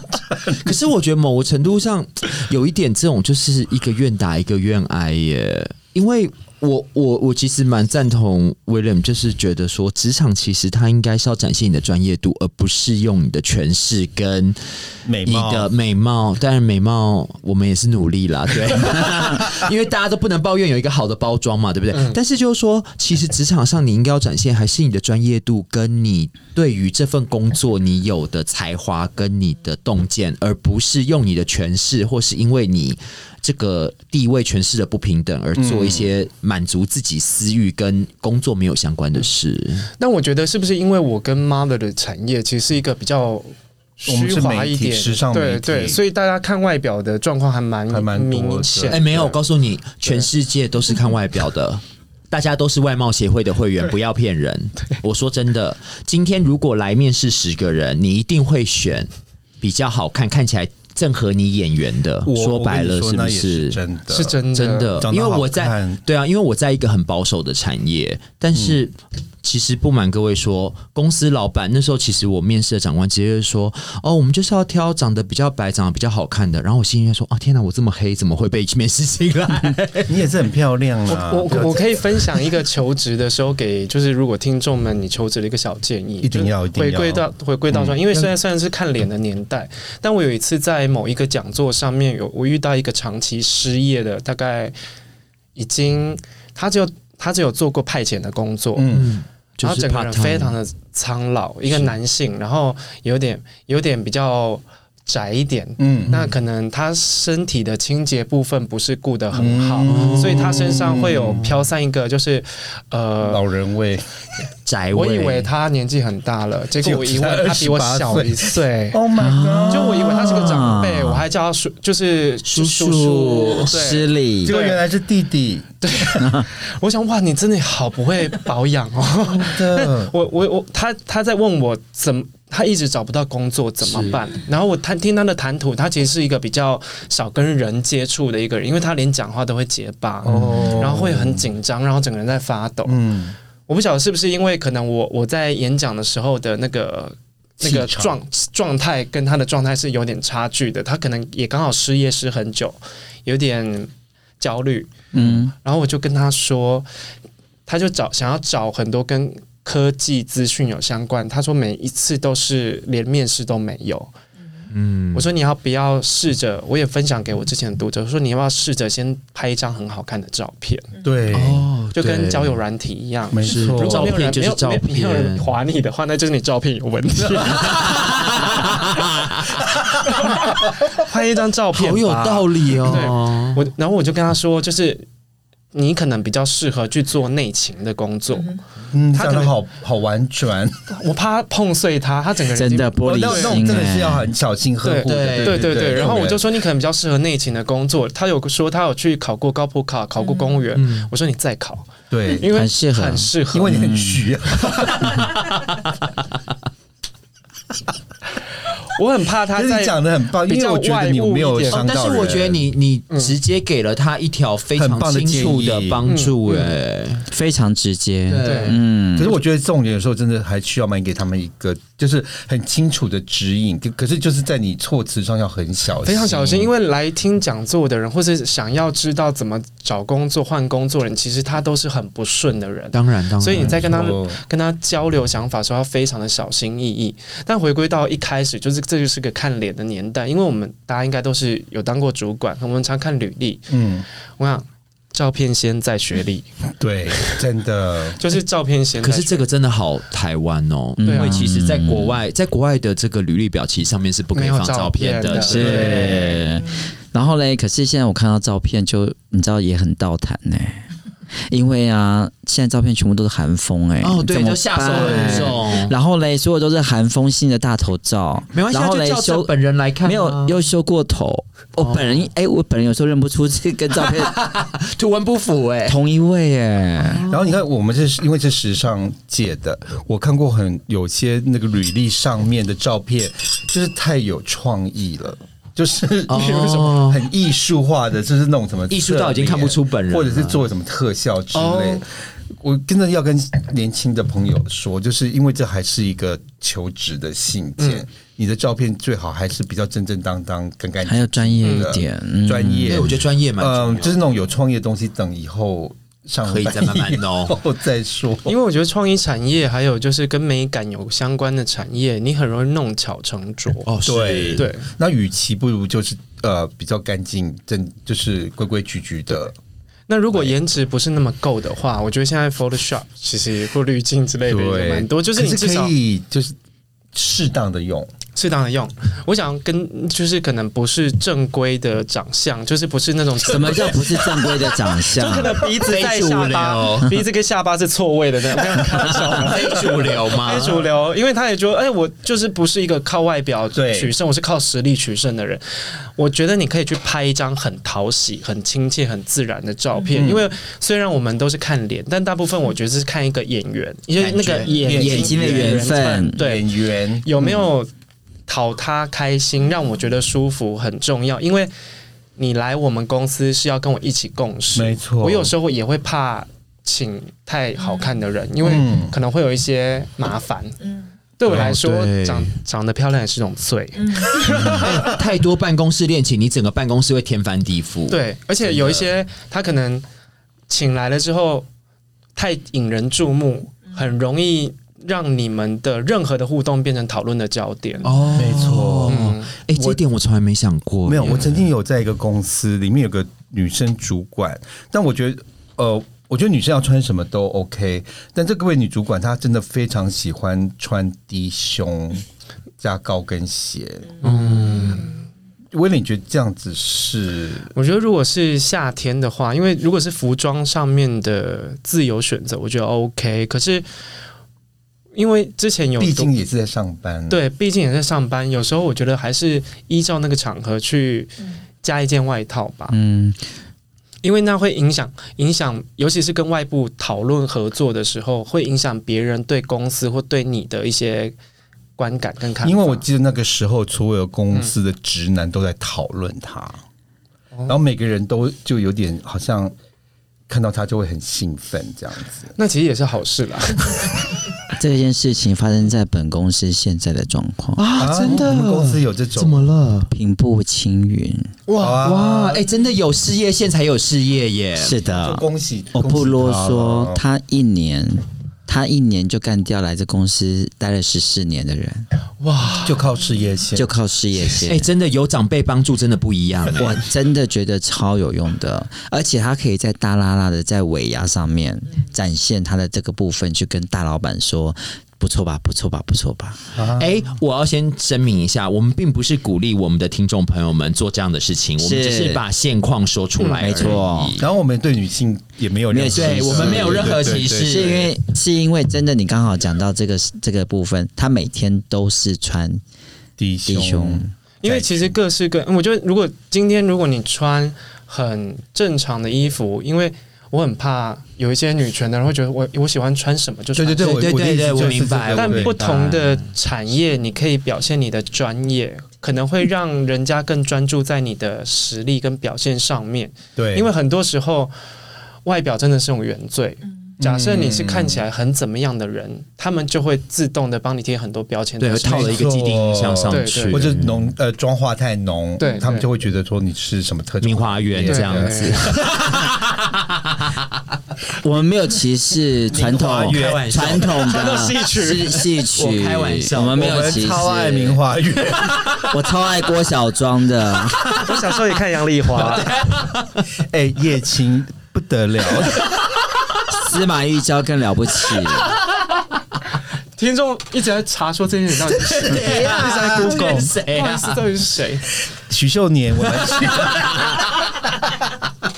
B: 可是我觉得某个程度上有一点这种，就是一个愿打一个愿挨耶。因为我我我其实蛮赞同 William，就是觉得说职场其实它应该是要展现你的专业度，而不是用你的权势跟
A: 美
B: 一
A: 貌
B: 个美貌。当然美貌我们也是努力啦， 对，因为大家都不能抱怨有一个好的包装嘛，对不对？
A: 嗯
B: 但是就是说，其实职场上你应该要展现还是你的专业度，跟你对于这份工作你有的才华跟你的洞见，而不是用你的权势或是因为你。这个地位权势的不平等，而做一些满足自己私欲跟工作没有相关的事。
A: 嗯
D: 但我觉得是不是因为我跟 Mother 的产业其实是一个比较
A: 们
D: 虚
A: 是
D: 华
A: 媒
D: 一
A: 体
D: 点，
A: 时尚媒
D: 对
A: 体
D: 对，所以大家看外表的状况还蛮
A: 还蛮多的
D: 明显
B: 哎、
D: 的。
B: 没有，我告诉你，全世界都是看外表的。大家都是外贸协会的会员，不要骗人。我说真的，今天如果来面试十个人，你一定会选比较好看、看起来正合你眼缘的。
A: 我
B: 说白了，
A: 我跟你说
B: 是不
A: 那也是
B: 是？
A: 真的？
D: 是真的，
B: 真的
A: 长，得
B: 因为
A: 好
B: 我在
A: 看
B: 对啊，因为我在一个很保守的产业，但是、
D: 嗯
B: 其实不瞒各位说，公司老板那时候其实我面试的长官直接就说：“哦，我们就是要挑长得比较白、长得比较好看的。”然后我心里面说：“啊，天哪，我这么黑，怎么会被面试进来？
A: 你也是很漂亮啊！
D: 我
A: 不要
D: 我我可以分享一个求职的时候给，就是如果听众们你求职的一个小建议，
A: 一定要
D: 就是
A: 一定要嗯
D: 回归到回归到专业，因为虽然虽然是看脸的年代，但我有一次在某一个讲座上面有我遇到一个长期失业的，大概已经他只有他只有做过派遣的工作，
A: 嗯，
B: 嗯， 就
D: 然后
B: 是
D: 整个人
B: part-time
D: 非常的苍老，一个男性，然后有点有点比较窄一点，
A: 嗯
D: 那可能他身体的清洁部分不是顾得很好，
B: 嗯
D: 所以他身上会有飘散一个，就是呃，
A: 老人味
B: 宅
D: 我
B: 味
D: 以为他年纪很大了，结果我一问他比我
A: 28
D: 小一岁。
B: 哦
A: ，Oh my
D: 就我以为他是个长辈，我还叫他叔，就是
B: 叔
D: 叔
B: 叔
C: 失
D: 对，
C: 礼
A: 结，果
D: 对
A: 原来是弟弟，
D: 我想哇，你真的好不会保养哦。
A: 真的，
D: 我我我，他他在问我怎么，他一直找不到工作怎么办？然后我谈听他的谈吐，他其实是一个比较少跟人接触的一个人，因为他连讲话都会结巴，
A: 哦
D: 然后会很紧张，然后整个人在发抖。
A: 嗯，
D: 我不晓得是不是因为可能我我在演讲的时候的那个。那个
A: 气场
D: 状状态跟他的状态是有点差距的，他可能也刚好失业失很久，有点焦虑，
C: 嗯，
D: 然后我就跟他说，他就找想要找很多跟科技资讯有相关，他说每一次都是连面试都没有。
B: 嗯
D: 我说你要不要试着？我也分享给我之前的读者，我说你要不要试着先拍一张很好看的照片，
A: 对，
B: 哦，
D: 就跟
B: 对
D: 交友软体一样。
A: 没
B: 是
A: 错，
D: 如果
B: 照
D: 没有
B: 片
D: 人
B: 就是
D: 没有
B: 照
D: 没有
B: 片
D: 没有人划你的话，那就是你照片有问题。 拍一张照片吧，
B: 好有道理啊哦。
D: 我然后我就跟他说，就是你可能比较适合去做内勤的工作。
A: 嗯，
D: 他
A: 讲
D: 可
A: 的
D: 能
A: 好好婉转，
D: 我怕碰碎他，他整个人已
C: 真
D: 经
C: 的玻璃
A: 那那我
C: 心
A: 真的是要
C: 哎、
A: 很小心呵护的。
B: 对
D: 对对对，然后我就
A: 说，
D: 说你可能比较适合内勤的工作。他有说他有去考过高普考，考过公务员。
B: 嗯
D: 我说你再考，
A: 对，
D: 因为嗯
C: 很适合
D: 很适合。
A: 因为你很虚啊，
D: 我很怕他
A: 可是
D: 在
A: 你讲的很棒，因
D: 比
A: 为
D: 较
A: 我觉得你
D: 外物
A: 没有
D: 一点
A: 伤到
B: 哦但
A: 人。
B: 是我觉得你你
D: 嗯
B: 直接给了他一条非常
A: 很棒的
B: 清楚的
A: 建议
B: 帮助、
D: 嗯
B: 哎、
C: 非常直接。
D: 对
C: 嗯
A: 可，是我觉得重点有时候真的还需要蛮给他们一个，就是很清楚的指引。可可是就是在你措辞上要很小心，
D: 非常小心，因为来听讲座的人，或是想要知道怎么找工作、换工作的人，其实他都是很不顺的人。
B: 当然当然，
D: 所以你在跟他
A: 哦
D: 跟他交流想法的时候，要非常的小心翼翼。但回归到一开始，就是这就是个看脸的年代，因为我们大家应该都是有当过主管，我们常看履历。
A: 嗯，
D: 我想照片先，再 学历，
A: 对，真的，
D: 就是照片先。
B: 可是这个真的好台湾哦，因
D: 嗯
C: 对啊
B: 为其实在国外，在国外的这个履历表其实上面是不可以放照片
D: 没有
B: 的，
D: 照片的
B: 对
C: 是。然后嘞，可是现在我看到照片就，你知道也很倒谈呢、因为啊，现在照片全部都是韩风哎、
B: 哦，对，
C: 怎么
B: 就下手很
C: 办。
B: 重。
C: 然后嘞，所有都是韩风性的大头照，
B: 没关系，啊
C: 然后
B: 就
C: 嘞
B: 叫着
C: 修
B: 本人来看啊，
C: 没有又修过头。我
B: 哦
C: 本人哎、我本人有时候认不出这跟照 片
B: 图文不符哎、
C: 同一位哎、
A: 然后你看，我们是因为是时尚界的，我看过很有些那个履历上面的照片，就是太有创意了。就是
B: 哦
A: 比如什么很艺术化的，就是那种什么
B: 艺术到已经
A: 侧脸
B: 看不出本人了
A: 或者是做什么特效之类
D: 哦。
A: 我真的要跟年轻的朋友说，就是因为这还是一个求职的信件，
B: 嗯
A: 你的照片最好还是比较正正当当、干干
C: 还
A: 净
C: 有专业一点，嗯
A: 净、专业。
B: 哎对，我觉得专业蛮重要的
A: 嗯，就是那种有创业的东西，等以后上
B: 可以再 慢慢弄
A: 班以后再说。
D: 因为我觉得创意产业还有就是跟美感有相关的产业，你很容易弄巧成拙。
B: 哦，是
A: 对
D: 对，
A: 那与其不如就是呃比较干净，正就是规规矩矩的。
D: 那如果颜值不是那么够的话，我觉得现在 Photoshop 其实或滤镜之类的也蛮多，就是
A: 可
D: 你至少
A: 可以就是适当的用，
D: 适当的用。我想跟就是可能不是正规的长相，就是不是那种
C: 什么 叫不是正规的长相？
D: 可能鼻子在下巴，鼻子跟下巴是错位的那种，没有开玩笑的。
B: 非主流 吗？
D: 非主流，因为他也觉得，哎，我就是不是一个靠外表
A: 对
D: 取胜，我是靠实力取胜的人。我觉得你可以去拍一张很讨喜、很亲切、很自然的照片，
C: 嗯
D: 因为虽然我们都是看脸，但大部分我觉得是看一个演员，因为那个
B: 感觉
D: 眼
C: 眼睛的
D: 缘
C: 缘分
D: 对，
A: 演员
D: 有没有讨他开心，让我觉得舒服很重要，因为你来我们公司是要跟我一起共事，
A: 没错
D: 我有时候也会怕请太好看的人，因为
A: 嗯
D: 可能会有一些麻烦。对我来说，
B: 哦对
D: 长长得漂亮也是一种罪。
B: 太多办公室恋情，你整个办公室会天翻地覆。，
D: 对，而且有一些他可能请来了之后太引人注目，很容易让你们的任何的互动变成讨论的焦点。
B: 哦，
A: 没错
D: 嗯，
B: 哎、这一点我从来没想过。
A: 没有，我曾经有在一个公司里面有个女生主管，但我觉得呃，我觉得女生要穿什么都 OK，但这位女主管她真的非常喜欢穿低胸加高跟鞋。嗯，威廉，你觉得这样子是
D: 我觉得如果是夏天的话，因为如果是服装上面的自由选择，我觉得 OK。可是因为之前有
A: 毕
D: 多
A: 竟也是在上班，，
D: 对，毕竟也在上班，有时候我觉得还是依照那个场合去
A: 嗯
D: 加一件外套吧，
C: 嗯，
D: 因为那会影响影响，尤其是跟外部讨论合作的时候，会影响别人对公司或对你的一些观感跟看法。
A: 因为我记得那个时候所有公司的直男都在讨论她，然后每个人都就有点好像看到她就会很兴奋这样子。
D: 那其实也是好事啦，
C: 这件事情发生在本公司现在的状况，
B: 啊，真的，
A: 我们公司有这种
B: 怎么了？
C: 平步青云。
A: 哇
B: 哇，哎、真的有事业线才有事业耶。
C: 啊是
A: 就
C: 的，
A: 恭喜，
B: 哦
C: 我不啰嗦，
A: 他
C: 他一年，他一年就干掉来这公司待了十四年的人，
A: 就靠事业线，
C: 就靠事业
B: 哎、
C: 线。
B: 真的有长辈帮助，真的不一样、 哎
C: 我真的觉得超有用的，而且他可以在大拉拉的在尾牙上面展现他的这个部分，去跟大老板说。不错吧，不错吧，不错吧。
B: 哎、我要先声明一下，我们并不是鼓励我们的听众朋友们做这样的事情，我们
C: 是
B: 只是把现况说出
C: 嗯
B: 来、
C: 没错。
A: 然后我们对女性也没有任何歧视，
B: 对我们没有任何
A: 对对
B: 歧视
C: 是
A: 对
C: 因为是因为真的，你刚好讲到这个这个部分，他每天都是穿
A: 低
C: 低胸
A: 胸，，
D: 因为其实各式各，我觉得如果今天如果你穿很正常的衣服，因为我很怕有一些女权的人会觉得我我喜欢穿什么就
A: 对
D: 穿
A: 对对，
D: 什么
A: 我
B: 对
A: 我的
B: 对
A: 意思
B: 对我
A: 就是
B: 明白
A: 这个
D: 但
A: 对嗯
D: 不同的产业，你可以表现你的专业，可能会让人家更专注在你的实力跟表现上面。
A: 对，
D: 因为很多时候，外表真的是种原罪。假设你是看起来很怎么样的
A: 嗯
D: 人，他们就会自动的帮你贴很多标签。
B: 对，会
D: 但是
B: 套了一个既定印象上
D: 对对
B: 去，
D: 对
A: 或者浓呃妆化太浓，
D: 对
A: 他们
D: 对
A: 就会觉得说你是什么特种
B: 明花园这样子。
D: 对
C: 我们没有歧视传
A: 花
C: 统
A: 园
C: 传统
D: 传
C: 的
D: 统戏曲
C: 戏戏曲，
B: 我开玩笑
C: 我们没
A: 我
C: 有
A: 们
C: 歧视。
A: 超爱明花园，
C: 我超爱郭小庄的，
D: 我小时候也看杨丽华，
A: 哎，叶青不得 了，
C: 司马玉娇更了不起。
D: 听众一直在查说这件人到底 是谁，
B: 谁呀
D: 一直在 Google
B: 这是谁啊
D: 不好意思到底是谁？
A: 许秀年，我们去。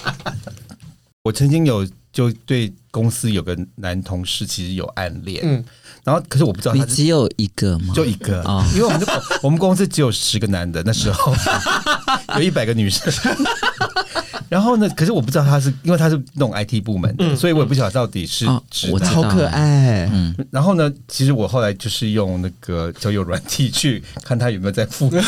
A: 我曾经有就对公司有个男同事，其实有暗恋，
D: 嗯
A: 然后可是我不知道
C: 你
A: 他是
C: 只有一个吗？
A: 就一个
C: 哦，
A: 因为我们就 我们公司只有十个男的，那时 候有一百个女生。 然后呢？可是我不知道他是因为他是那种 IT 部门的，所以我也不晓得到底是
C: 哦
A: 直
C: 嗯我
A: 男
C: 知道
B: 好可爱，
C: 嗯
A: 然后呢，其实我后来就是用那个交友软体去看他有没有在附 近，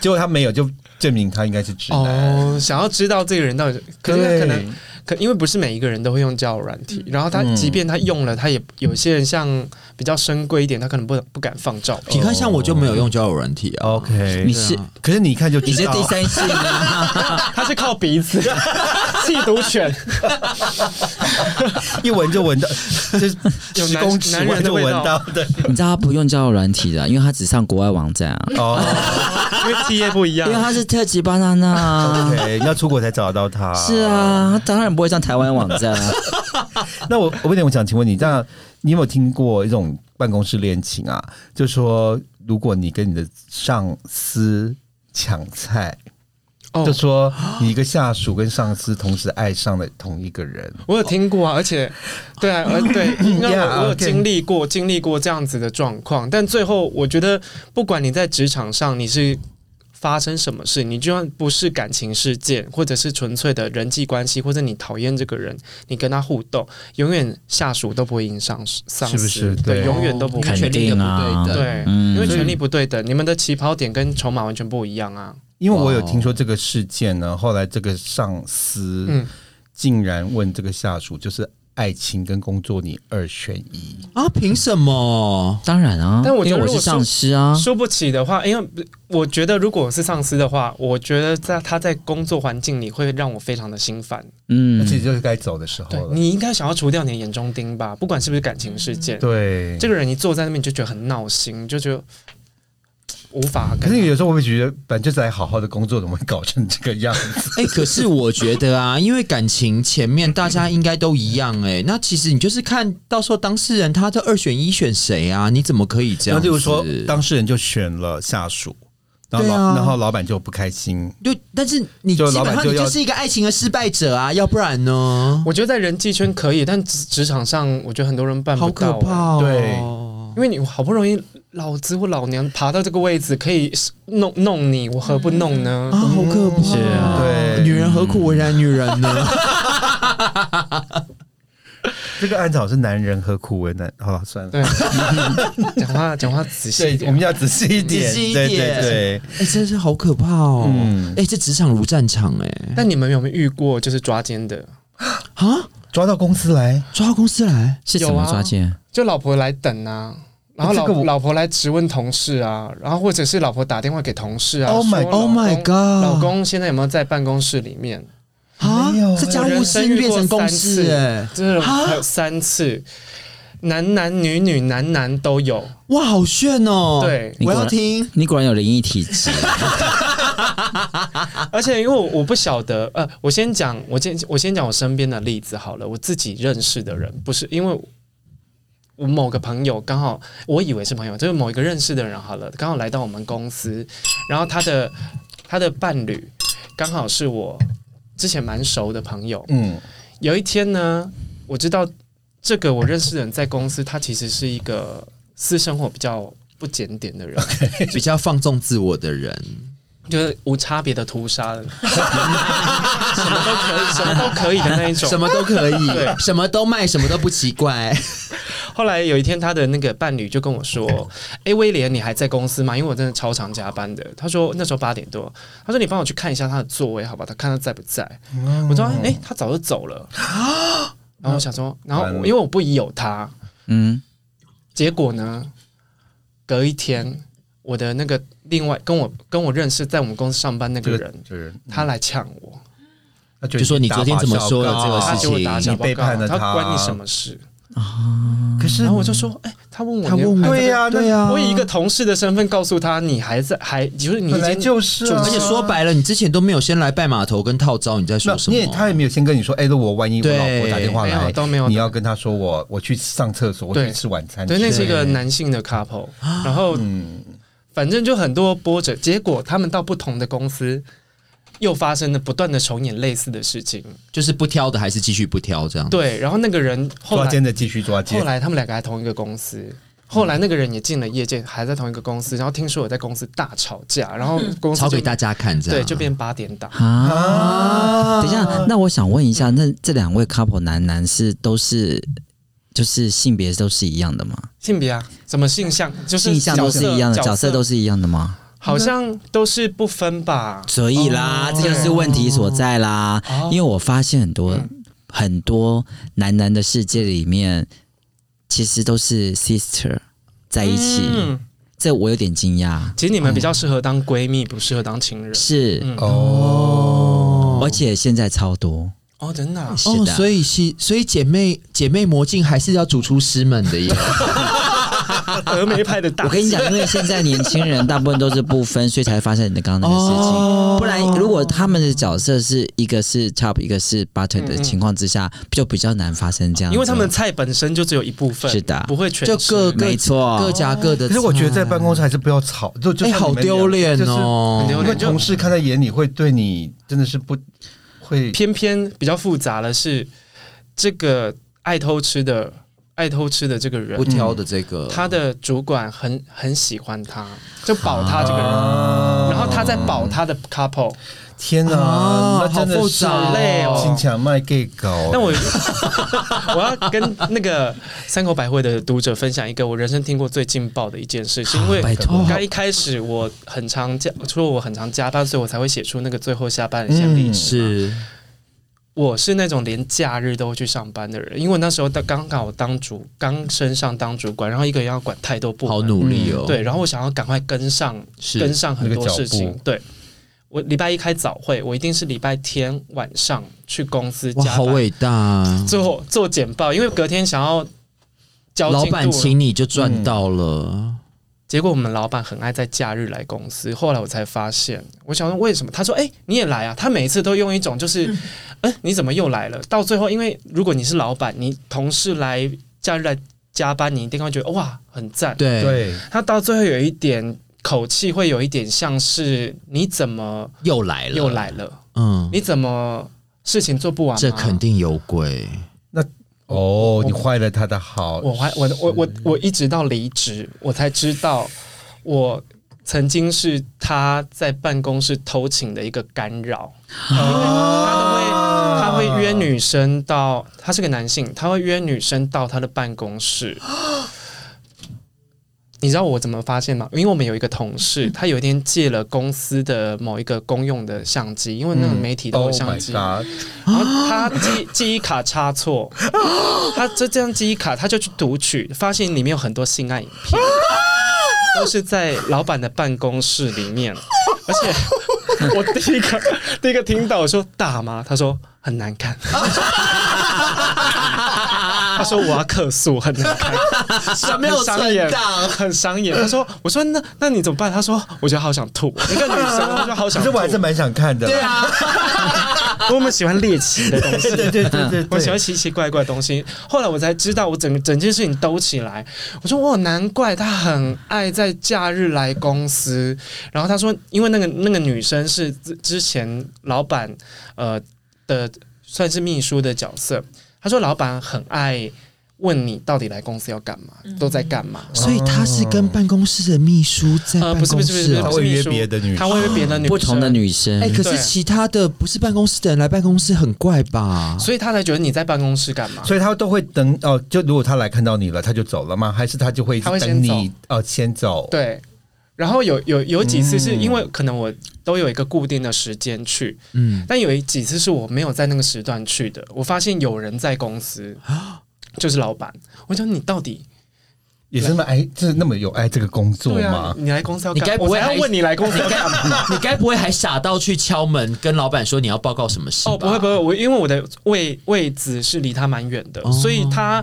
A: 结果他没有，就证明他应该是直男。
D: 哦，想要知道这个人到底是，可
A: 对
D: 是可能可因为不是每一个人都会用交友软体，然后他即便他用了，他也有些人像比较深贵一点，他可能不不敢放照片。
B: 你看，像我就没有用交友软体
C: 哦
B: 啊。
A: OK，
C: 你是
A: 可是你一看就
C: 你
A: 知
C: 是
A: 道
C: 第三性啊？
D: 他是靠鼻子，缉毒 犬，
A: 一闻就闻到，就是
D: 有
A: 十
D: 男
A: 公尺
D: 男
A: 外
D: 人的
A: 就
D: 味
A: 闻
D: 道
A: 到的。
C: 你知道他不用交友软体的，因为他只上国外网站啊，
A: 哦
D: 因为 T 业不一
C: 因为
D: 样。
C: 他是特级巴娜娜啊。
A: ，OK，你要出国才找得到他。
C: 是，啊，他当然不会上台湾网站啊。
A: 那我我问你，我想请问你，那你有没有听过一种办公室恋情啊？就说如果你跟你的上司抢菜。
D: 哦
A: 就，说你一个下属跟上司同时爱上了同一个人，
D: 我有听过啊，而且，对啊，而对，因为
A: Yeah，
D: 我我有
A: okay
D: 经历过经历过这样子的状况，但最后我觉得，不管你在职场上你是发生什么事，你就算不是感情事件，或者是纯粹的人际关系，或者你讨厌这个人，你跟他互动，永远下属都不会赢上上
A: 是
D: 司，
A: 不是
D: 对，
A: 对
D: 永远都不
B: 因
D: 会
B: 为。权
C: 嗯肯
B: 力的
C: 定
B: 不
C: 啊
B: 对等，
D: 对，
C: 嗯
D: 因为权力不对等，你们的起跑点跟筹码完全不一样啊。
A: 因为我有听说这个事件呢，后来这个上司
D: 哦嗯，
A: 竟然问这个下属，就是爱情跟工作你二选一，
B: 啊，凭什么？
C: 当然啊，
D: 但我觉
C: 因为
D: 得
C: 我
D: 如果
C: 是上
D: 是
C: 司啊，
D: 输不起的话，因为我觉得如果我是上司的话，我觉得在他在工作环境里会让我非常的心烦。
A: 而且
C: 嗯，
A: 就是该走的时候
D: 对
A: 了。
D: 你应该想要除掉你的眼中钉吧，不管是不是感情事件，
A: 嗯对，
D: 这个人一坐在那边你就觉得很闹心，你就觉得无法
A: 可
D: 跟他。
A: 是有时候我会觉得，本来就是来好好的工作，怎么会搞成这个样子？
B: 哎、可是我觉得啊，因为感情前面大家应该都一样哎、那其实你就是看到时候当事人他的二选一选谁啊？你怎么可以这
A: 然
B: 样
A: 后就
B: 子？
A: 是说，当事人就选了下属，然后老、
B: 对啊
A: 然后老板就不开心。
B: 就但是你基
A: 就老
B: 本
A: 板
B: 上
A: 就
B: 你
A: 要
B: 就是一个爱情的失败者啊，要不然呢？
D: 我觉得在人际圈可以，但职职场上我觉得很多人办
B: 好
D: 不
B: 可
D: 到、
B: 怕、哦，
A: 对
D: 因为你好不容易老子或老娘爬到这个位置，可以弄弄你，我何不弄呢？
B: 啊，好可怕、哦
C: 是啊
A: 对
B: 女人何苦为难女人呢？
A: 这个案子好像是男人何苦为难？好了，算了。
D: 对， 讲话讲话仔细一
A: 对，我
D: 点
A: 们。要仔细一点，
B: 仔细一
A: 对
B: 点
A: 对对。
B: 哎、真是好可怕哦！哎、
A: 嗯
B: 这职场如战场哎、
D: 但你们有没有遇过就是抓奸的？
B: 啊，
A: 抓到公司来，
B: 抓到公司来，
C: 是怎么
D: 啊
C: 抓奸？
D: 就老婆来等啊，然后老、
A: 哎这个我
D: 老婆来质问同事啊，然后或者是老婆打电话给同事啊
A: Oh my-
D: 说
B: Oh my
D: 老公
B: god
D: 老公现在有没有在办公室里面？
B: 啊
A: 没有，
B: 这家务事变成公事哎、
D: 就是有三次，男男女女男男都有，
B: 哇，好炫哦！
D: 对
B: 我要听。
C: 你果然有灵异体 质，
D: 而且因为我我不晓得，呃，我先讲，我先我先讲我身边的例子好了，我自己认识的人不是因为。我某个朋友刚好，我以为是朋友，就是某一个认识的人好了，刚好来到我们公司，然后他的他的伴侣刚好是我之前蛮熟的朋友。
A: 嗯
D: 有一天呢，我知道这个我认识的人在公司，他其实是一个私生活比较不检点的人，
B: 比较放纵自我的人，
D: 就是无差别的屠 杀的，什么都可以，什么都可以的那一种
B: 什。么都可以
D: 对，
B: 什么都卖，什么都不奇 怪。
D: 后来有一天，他的那个伴侣就跟我说：“哎、威廉，你还在公司吗？因为我真的超常加班的。”他说那时候八点多，他说你帮我去看一下他的座位，好吧？他看他在不在。
A: 嗯
D: 我说：“哎、他早就走 了。”然后我想说，然
A: 嗯
D: 后
A: 完了
D: 因为我不疑有他，
C: 嗯，
D: 结果呢，隔一天，我的那个另外跟我跟我认识在我们公司上班那
A: 这
D: 个
A: 个嗯
D: 人，
A: 就是
D: 他来呛我。
A: 他觉得
C: 就说你昨天怎么说的这个
A: 大
C: 事
A: 法
D: 啊他
A: 小
D: 给
A: 告啊
D: 我打
A: 你背
D: 小报
A: 叛了
D: 告，
A: 他嗯
D: 关你什么事？
A: 可是
D: 然后我就说，哎、他问我，
B: 他问我
D: 我，
A: 对呀，
B: 对
A: 呀，
B: 啊，
D: 我以一个同事的身份告诉他，你还在，还就是你
A: 本来
D: 已经
A: 就是啊，
B: 而且说白了，你之前都没有先来拜码头跟套招，你在
A: 那
B: 说什
A: 你也他
B: 么？啊
A: 也没有先跟你说，哎，那我万一我
B: 对
A: 老婆打电话
D: 没有
A: 来，
D: 都没有
A: 你要跟他说我我去上厕所，我去
D: 对
A: 吃晚餐，
D: 对，那是一个
B: 对
D: 男性的 couple，然后反正就很多波折，结果他们到不同的公司。又发生了不断的重演类似的事情，
B: 就是不挑的还是继续不挑这样。
D: 对，然后那个人后
A: 抓
D: 来
A: 奸的继续抓奸
D: 后，来他们两个还同一个公司，后来那个人也进了业界，还在同一个公司，然后听说我在公司大吵架，然后公司
B: 抄嗯
D: 就
B: 给大家看这样。
D: 对就变八点档，
C: 啊，等一下，那我想问一
D: 嗯
C: 下，那这两位 couple 男男是都是就是性别都是一样的吗？
D: 性别啊，什么性向，就是
C: 性向都是一样的，角色都
D: 是
C: 是一样的吗？
D: 好像都是不分吧？
C: 所以啦，这就是问题所在啦。
D: 哦嗯
C: 因为我发现很多、很多男男的世界里面，其实都是 sister 在一起，
D: 嗯，
C: 这我有点惊讶。
D: 其实你们比较适合当闺蜜，不适合当情人。
C: 是，
D: 嗯
A: 哦，
C: 而且现在超多，
D: 哦，真的啊、
C: 是
B: 哦，
C: 的，
B: 所以是所以姐妹姐妹魔镜还是要主出师门 的耶。
D: 嗯峨眉派的 大
C: 我跟你讲，因为现在年轻人大部分都是不分，所以才发生你的刚刚那个事情。不然，如果他们的角色是一个是 top，一个是 bottom 的情况之下，就比较难发生这样子。
D: 因为他们菜本身就只有一部分，
C: 啊是的
D: 不会全
B: 就
D: 吃
B: 各各
C: 没错
B: 各夹各的。
A: 可是我觉得在办公室还是不要吵，就就
B: 哎，
A: 像你
B: 好
A: 们
B: 丢脸
A: 就是
B: 哦
D: 很！丢
A: 因为
D: 脸。就
A: 同事看在眼里，会对你真的是不会
D: 偏偏比较复杂的是，这个爱偷吃的爱偷吃的这个人
B: 不，挑的这个，
D: 他的主管很很喜欢他，就保他这个人，
A: 啊
D: 然后他在保他的 couple。
A: 天哪，
B: 啊
A: 那真的是
B: 好复杂哦
D: 累哦
A: 金强卖 gay 搞，
D: 但我我要跟那个三口百惠的读者分享一个我人生听过最劲爆的一件事，是因
B: 啊
D: 为
C: 拜托
D: 刚一开始我很常加，除了我很常加班，所以我才会写出那个最后下班的先例。
A: 嗯
B: 是
D: 我是那种连假日都会去上班的人，因为那时候刚刚好当主，刚升上当主管，然后一个人要管太多部门，
B: 好努力哦。
D: 嗯对，然后我想要赶快跟上跟
B: 是
D: 上很多
A: 那
D: 事
A: 个
D: 情
A: 脚步。
D: 对，我礼拜一开早会，我一定是礼拜天晚上去公司
B: 哇，
D: 加
B: 好
D: 班。
B: 伟大啊！
D: 做做简报，因为隔天想要交
B: 老
D: 进度嗯
B: 板请你就赚到了，
D: 结果我们老板很爱在假日来公司，后来我才发现，我想说为什么？他说：“哎、你也来啊！”他每一次都用一种就是，哎、你怎么又来了？到最后，因为如果你是老板，你同事来假日来加班，你一定会觉得哇，很赞。
B: 对
A: 对
D: 他到最后有一点口气会有一点像是你怎么
B: 又来了，
D: 又，来了？
B: 嗯，
D: 你怎么事情做不完吗？
B: 这肯定有鬼。
A: 哦，你坏了他的好，
D: 我还我我我我一直到离职，我才知道我曾经是他在办公室偷情的一个干扰，
A: 啊
D: 因为他都会他会约女生到，他是个男性，他会约女生到他的办公室。你知道我怎么发现吗？因为我们有一个同事，他有一天借了公司的某一个公用的相机，因为那个媒体都有
A: Oh
D: 相
A: my
D: 机，
A: god，
D: 然后他记记忆卡插错，他这张记忆卡他就去读取，发现里面有很多性爱影片，都是在老板的办公室里面，而 且我第一个第一个听到我说大妈，他说很难看，他说我要客诉，很难看，
B: 什么有
D: 很伤眼
B: 存档，
D: 很伤眼。他说，我说那那你怎么办？他说，我觉得好想吐，一个女生，我就好
A: 可
D: 想
A: 是我还是
D: 吐。
A: 蛮想看的。
B: 对，啊，
D: 我们喜欢猎奇的东西，
A: 对对对对对，
D: 我喜欢奇奇怪怪的东西。后来我才知道，我整个整件事情兜起来，我说哇，难怪他很爱在假日来公司。然后他说，因为那个那个女生是之之前老板呃的算是秘书的角色，他说老板很爱。问你到底来公司要干嘛？都在干嘛？
B: 所以他是跟办公室的秘书在
D: 呃
B: 办
D: 不是
B: 公
D: 不是不
B: 室
D: 是
A: 他
B: 哦。
A: 会约别的女
D: 他
A: 生，
D: 会为别的女
C: 不同的
D: 生
C: 女生，
B: 哎，可是
D: 对
B: 其他的不是办公室的人来办公室很怪吧？
D: 所以他才觉得你在办公室干嘛？
A: 所以他都会等哦。就如果他来看到你了，他就走了吗？还是他就会
D: 他会
A: 等
D: 先走
A: 你哦先走？
D: 对，然后有有有几次是
A: 嗯
D: 因为可能我都有一个固定的时间去，
B: 嗯，
D: 但有一几次是我没有在那个时段去的。我发现有人在公司，
B: 啊
D: 就是老板，我想你到底
A: 也是那么爱，就是那么有爱这个工作
D: 对
A: 吗
D: 啊？？你来公司要
B: 你
D: 干，
B: 该不会
D: 我才
B: 还
D: 要问你来公司 要干嘛？
B: 你该不会还傻到去敲门跟老板说你要报告什么事吧？
D: 哦，不会不会，我因为我的位位子是离他蛮远的，
B: 哦
D: 所以他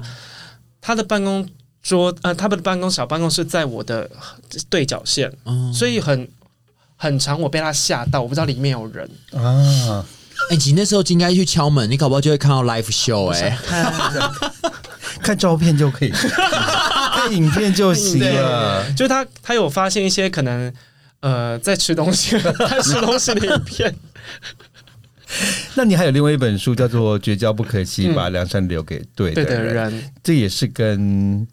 D: 他的办公桌呃，他们的办公小办公室在我的对角线，
B: 哦
D: 所以很很长，我被他吓到，我不知道里面有人。
A: 啊，
B: 哎、你那时候就应该去敲门，你搞不好就会看到 live show 哎、
A: 看照片就 可以，看影片就行了。
D: 就是他他有发现一些可能呃在吃 东西，他吃东西的影片。
A: 那你还有另外一本书叫做《绝交不可惜》，把梁山留给对的
D: 嗯对的
A: 人，
D: 人，
A: 这也是跟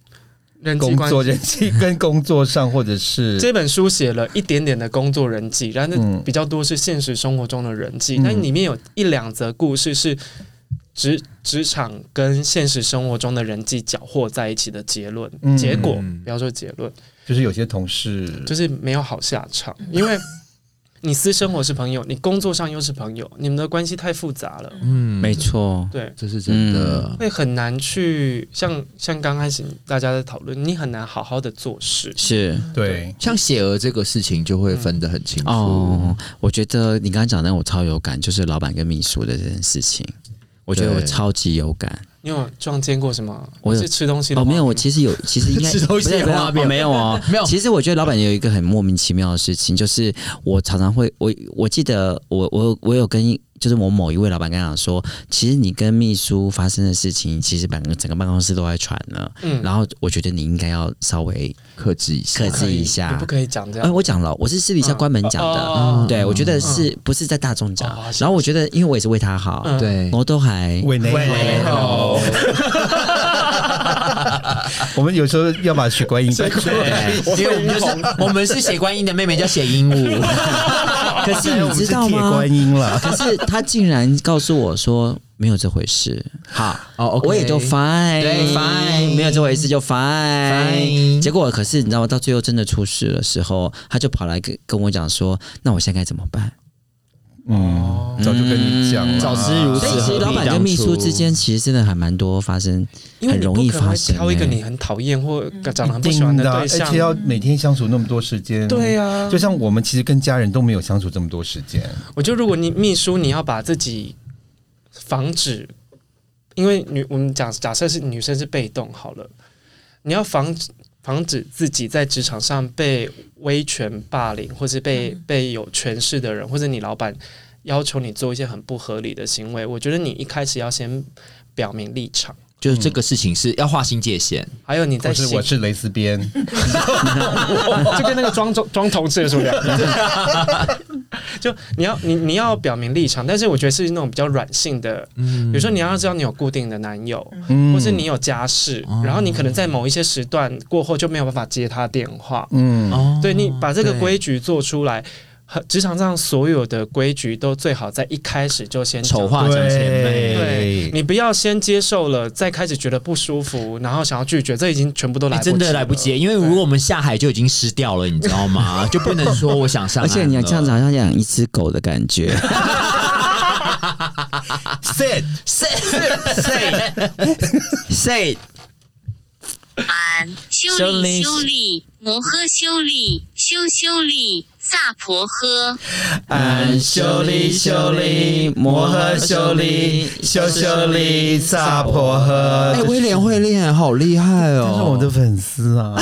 D: 人际
A: 工
D: 关
A: 作
D: 系。
A: 人际、跟工作上或者是
D: 这本书写了一点点的工作人际，然后
A: 嗯
D: 比较多是现实生活中的人际，
A: 嗯
D: 但里面有一两则故事是职职场跟现实生活中的人际搅和在一起的结论、
A: 嗯
D: 结果
B: 嗯，
D: 不要说结论，
A: 就是有些同事
D: 就是没有好下场，因为你私生活是朋友，你工作上又是朋友，你们的关系太复杂了，
B: 嗯
C: 没，错，嗯
D: 对。
B: 这是真的。
D: 会很难去像像刚开始大家在讨论，你很难好好的做事。
C: 是
A: 对。
B: 像写鹅这个事情就会分得很清楚。
C: 哦，我觉得你刚刚讲的我超有感，就是老板跟秘书的这件事情，我觉得我
B: 对
C: 超级有感。
D: 你有撞见过什么？
C: 我有
D: 是吃东西的
C: 哦，
D: 话
C: 没有，我其 实有，其实应该
B: 吃东西
C: 不是
B: 有
C: 不是
B: 画面
C: 哦没有哦，
B: 没有
C: 其实我觉得老板有一个很莫名其妙的事情，就是我常常会，我我记得我我我有跟一就是我某一位老板跟他讲说，其实你跟秘书发生的事情，其实整个整个办公室都在传了。
D: 嗯，
C: 然后我觉得你应该要稍微，
B: 克制一
C: 克
B: 下
D: 不可
C: 制
D: 以
C: 一下
D: 你不可以讲这
C: 哎，
D: 样。
C: 我讲了，嗯我是私底下关门讲的，
D: 哦
C: 对我觉得是不是在大众讲
D: 哦？是
C: 然后我觉得，因为我也是为他好，
D: 嗯
B: 对，
C: 我都还
A: 喂，你
D: 喂
A: 好。我们有时候要把许观 音带出来，
B: 对因为我们就是我们是写观音的妹妹叫写鹦 鹉，
C: 可是你知道
A: 我们是铁
C: 吗？
A: 观音了。
C: 可是他竟然告诉我说没有这回事，好，
B: 哦，OK
C: 我也就 fine，
B: 对 fine
C: 没有这回事就 fine。
B: Fine
C: 结果可是你知道吗？到最后真的出事的时候，他就跑来跟跟我讲说，那我现在该怎么办？
D: 哦
A: 嗯，早就跟你讲了，
B: 早知如此
C: 所以其实老板跟秘书之间其实真的还蛮多发生，
D: 因为
C: 很
D: 你不
C: 容易
D: 可能
C: 发
D: 会
C: 生、
D: 挑一个
C: 欸
D: 你很讨厌或长得很不
A: 一
D: 喜
A: 定
D: 欢的
A: 的，啊
D: 对
A: 而
D: 象
A: 且。要每天相处那么多时间，
D: 对啊
A: 就像我们其实跟家人都没有相处这么多时间，
D: 我觉得如果你秘书，你要把自己防止，因为女我们讲假设是女生是被动好了，你要防止防止自己在职场上被威权霸凌，或是被、被有权势的人，或者你老板要求你做一些很不合理的行为，我觉得你一开始要先表明立场，
B: 就是
A: 嗯
B: 这个事情是要划清界限。
D: 还有你在
A: 或是
D: 行
A: 我是蕾丝边，
D: 就跟那个装装装同志有什么两样？就你要你你要表明立场，但是我觉得是那种比较软性的，
B: 嗯
D: 比如说你要知道你有固定的男友，
A: 嗯，
D: 或是你有家室，
B: 哦
D: 然后你可能在某一些时段过后就没有办法接他电话，
A: 嗯，
B: 哦
D: 对你把这个
B: 对
D: 规矩做出来。和职场上所有的规矩都最好在一开始就先讲
B: 丑化讲前辈，
D: 对你不要先接受了，再开始觉得不舒服，然后想要拒绝，这已经全部都来
B: 哎
D: 不及
B: 真的来不
D: 了
B: 及，因为如果我们下海就已经湿掉了，你知 道吗？就不能说我想上
C: 而
B: 岸
C: 且你这样
A: 啊
C: 子
B: 了
C: 好像养一只狗的感觉。
A: sit，
C: 谁谁
E: 修理修理，摩诃修理，修修理，萨婆诃。
C: 嗯，修理修理，摩诃修理，修修理，萨婆诃。
B: 哎，威廉会练，好厉害
A: 他是
B: 哦！
A: 我的粉丝啊、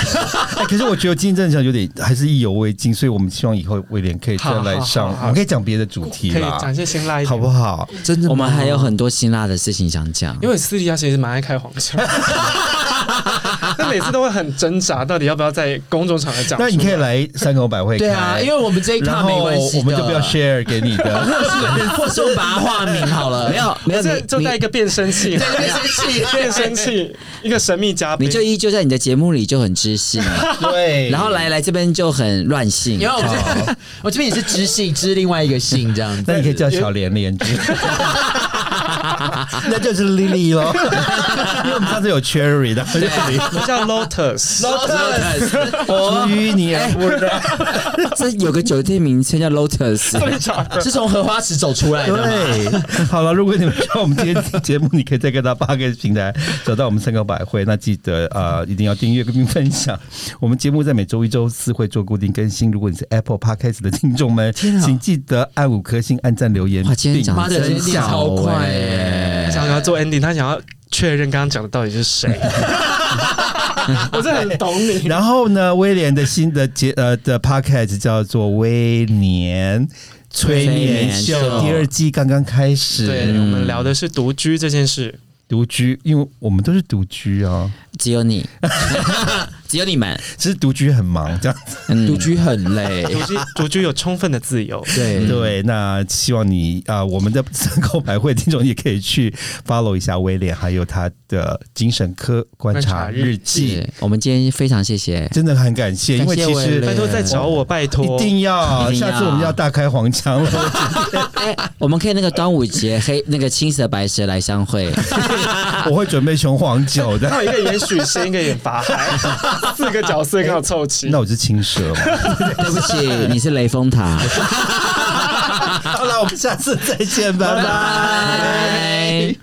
A: 哎可是我觉得金正奖有点还是意犹未尽，所以我们希望以后威廉可以再来上，
D: 好好好
A: 我
D: 好
A: 们可以讲别的主题
D: 可以
A: 啦
D: 讲，一些辛辣一点，
A: 好不？好？
B: 真的吗，
C: 我们还有很多辛辣的事情想讲，
D: 因为私底下其实蛮爱开黄腔，那每次都会很挣扎，到底要不要在公众场合讲出
A: 那
D: 来？
A: 你可以来山口百惠
B: 对啊，
A: 开
B: 因为我们这一
A: 然
B: 趴
A: 后
B: 没关系的，
A: 我们就不要 share 给你的。
B: 或是我把它化名好了，
C: 没有没有，
D: 这
C: 你
D: 就带一个变声器，变声器，变声器，一个神秘嘉
C: 你
D: 宾。
C: 你就依旧在你的节目里就很知性，
A: 对，
C: 然后来来这边就很乱性
B: 因为。我们 这我这边也是知性，知另外一个性这样子。
A: 那你可以叫小莲莲之，那就是 Lily 咯，因为我们上次有 Cherry 的，
D: 我叫 Lotus，
A: 至于你也不知道，
C: 这有个酒店名称叫 Lotus，
B: 是从荷花池走出来的吗？
A: 对，好了，如果你们喜欢我们今天节目，你可以再各大八个平台找到我们三个百惠。那记得呃，一定要订阅并分享。我们节目在每周一、周四会做固定更新。如果你是 Apple Podcast 的听众们，请记得按五颗星、按赞、留言。
C: 啊哇今天
A: 并
C: 讲
B: 妈的，
C: 真
B: 今天
C: 小
B: 超快
C: 欸
B: 哎！
D: 想要做 ending，他想要确认刚刚讲的到底是谁。我真的很懂你。
A: 然后呢，威廉的新的节呃的 podcast 叫做《威廉催眠秀
C: 催眠》秀
A: 第二季刚刚开
D: 对
A: 始，
D: 我们聊的是独居这件事，
A: 独居，因为我们都是独居啊，
C: 只有你，只有你们，
A: 其实独居很忙这样子。
C: 嗯
B: 独居很累，
D: 独居独居有充分的自由。
C: 嗯
B: 对
A: 对，那希望你啊、我们的三购百惠听众也可以去 follow 一下威廉，还有他的精神科观察日记。
C: 是我们今天非常 谢谢，
A: 真的很感谢，因为
C: 感谢
A: 其实
C: 威廉
D: 拜托再找我，拜托。
A: 一定要，
C: 一定要
A: 下次我们要大开黄腔了。
C: 哎，我们可以那个端午节黑那个青蛇白蛇来相会，
A: 我会准备雄黄酒的。
D: 那有一个演许仙，一个演法海，四个角色刚好凑齐
A: 那。我是青蛇嘛。
C: 对不起，你是雷峰塔，
A: 好了，我们下次再见，拜拜。
C: 拜。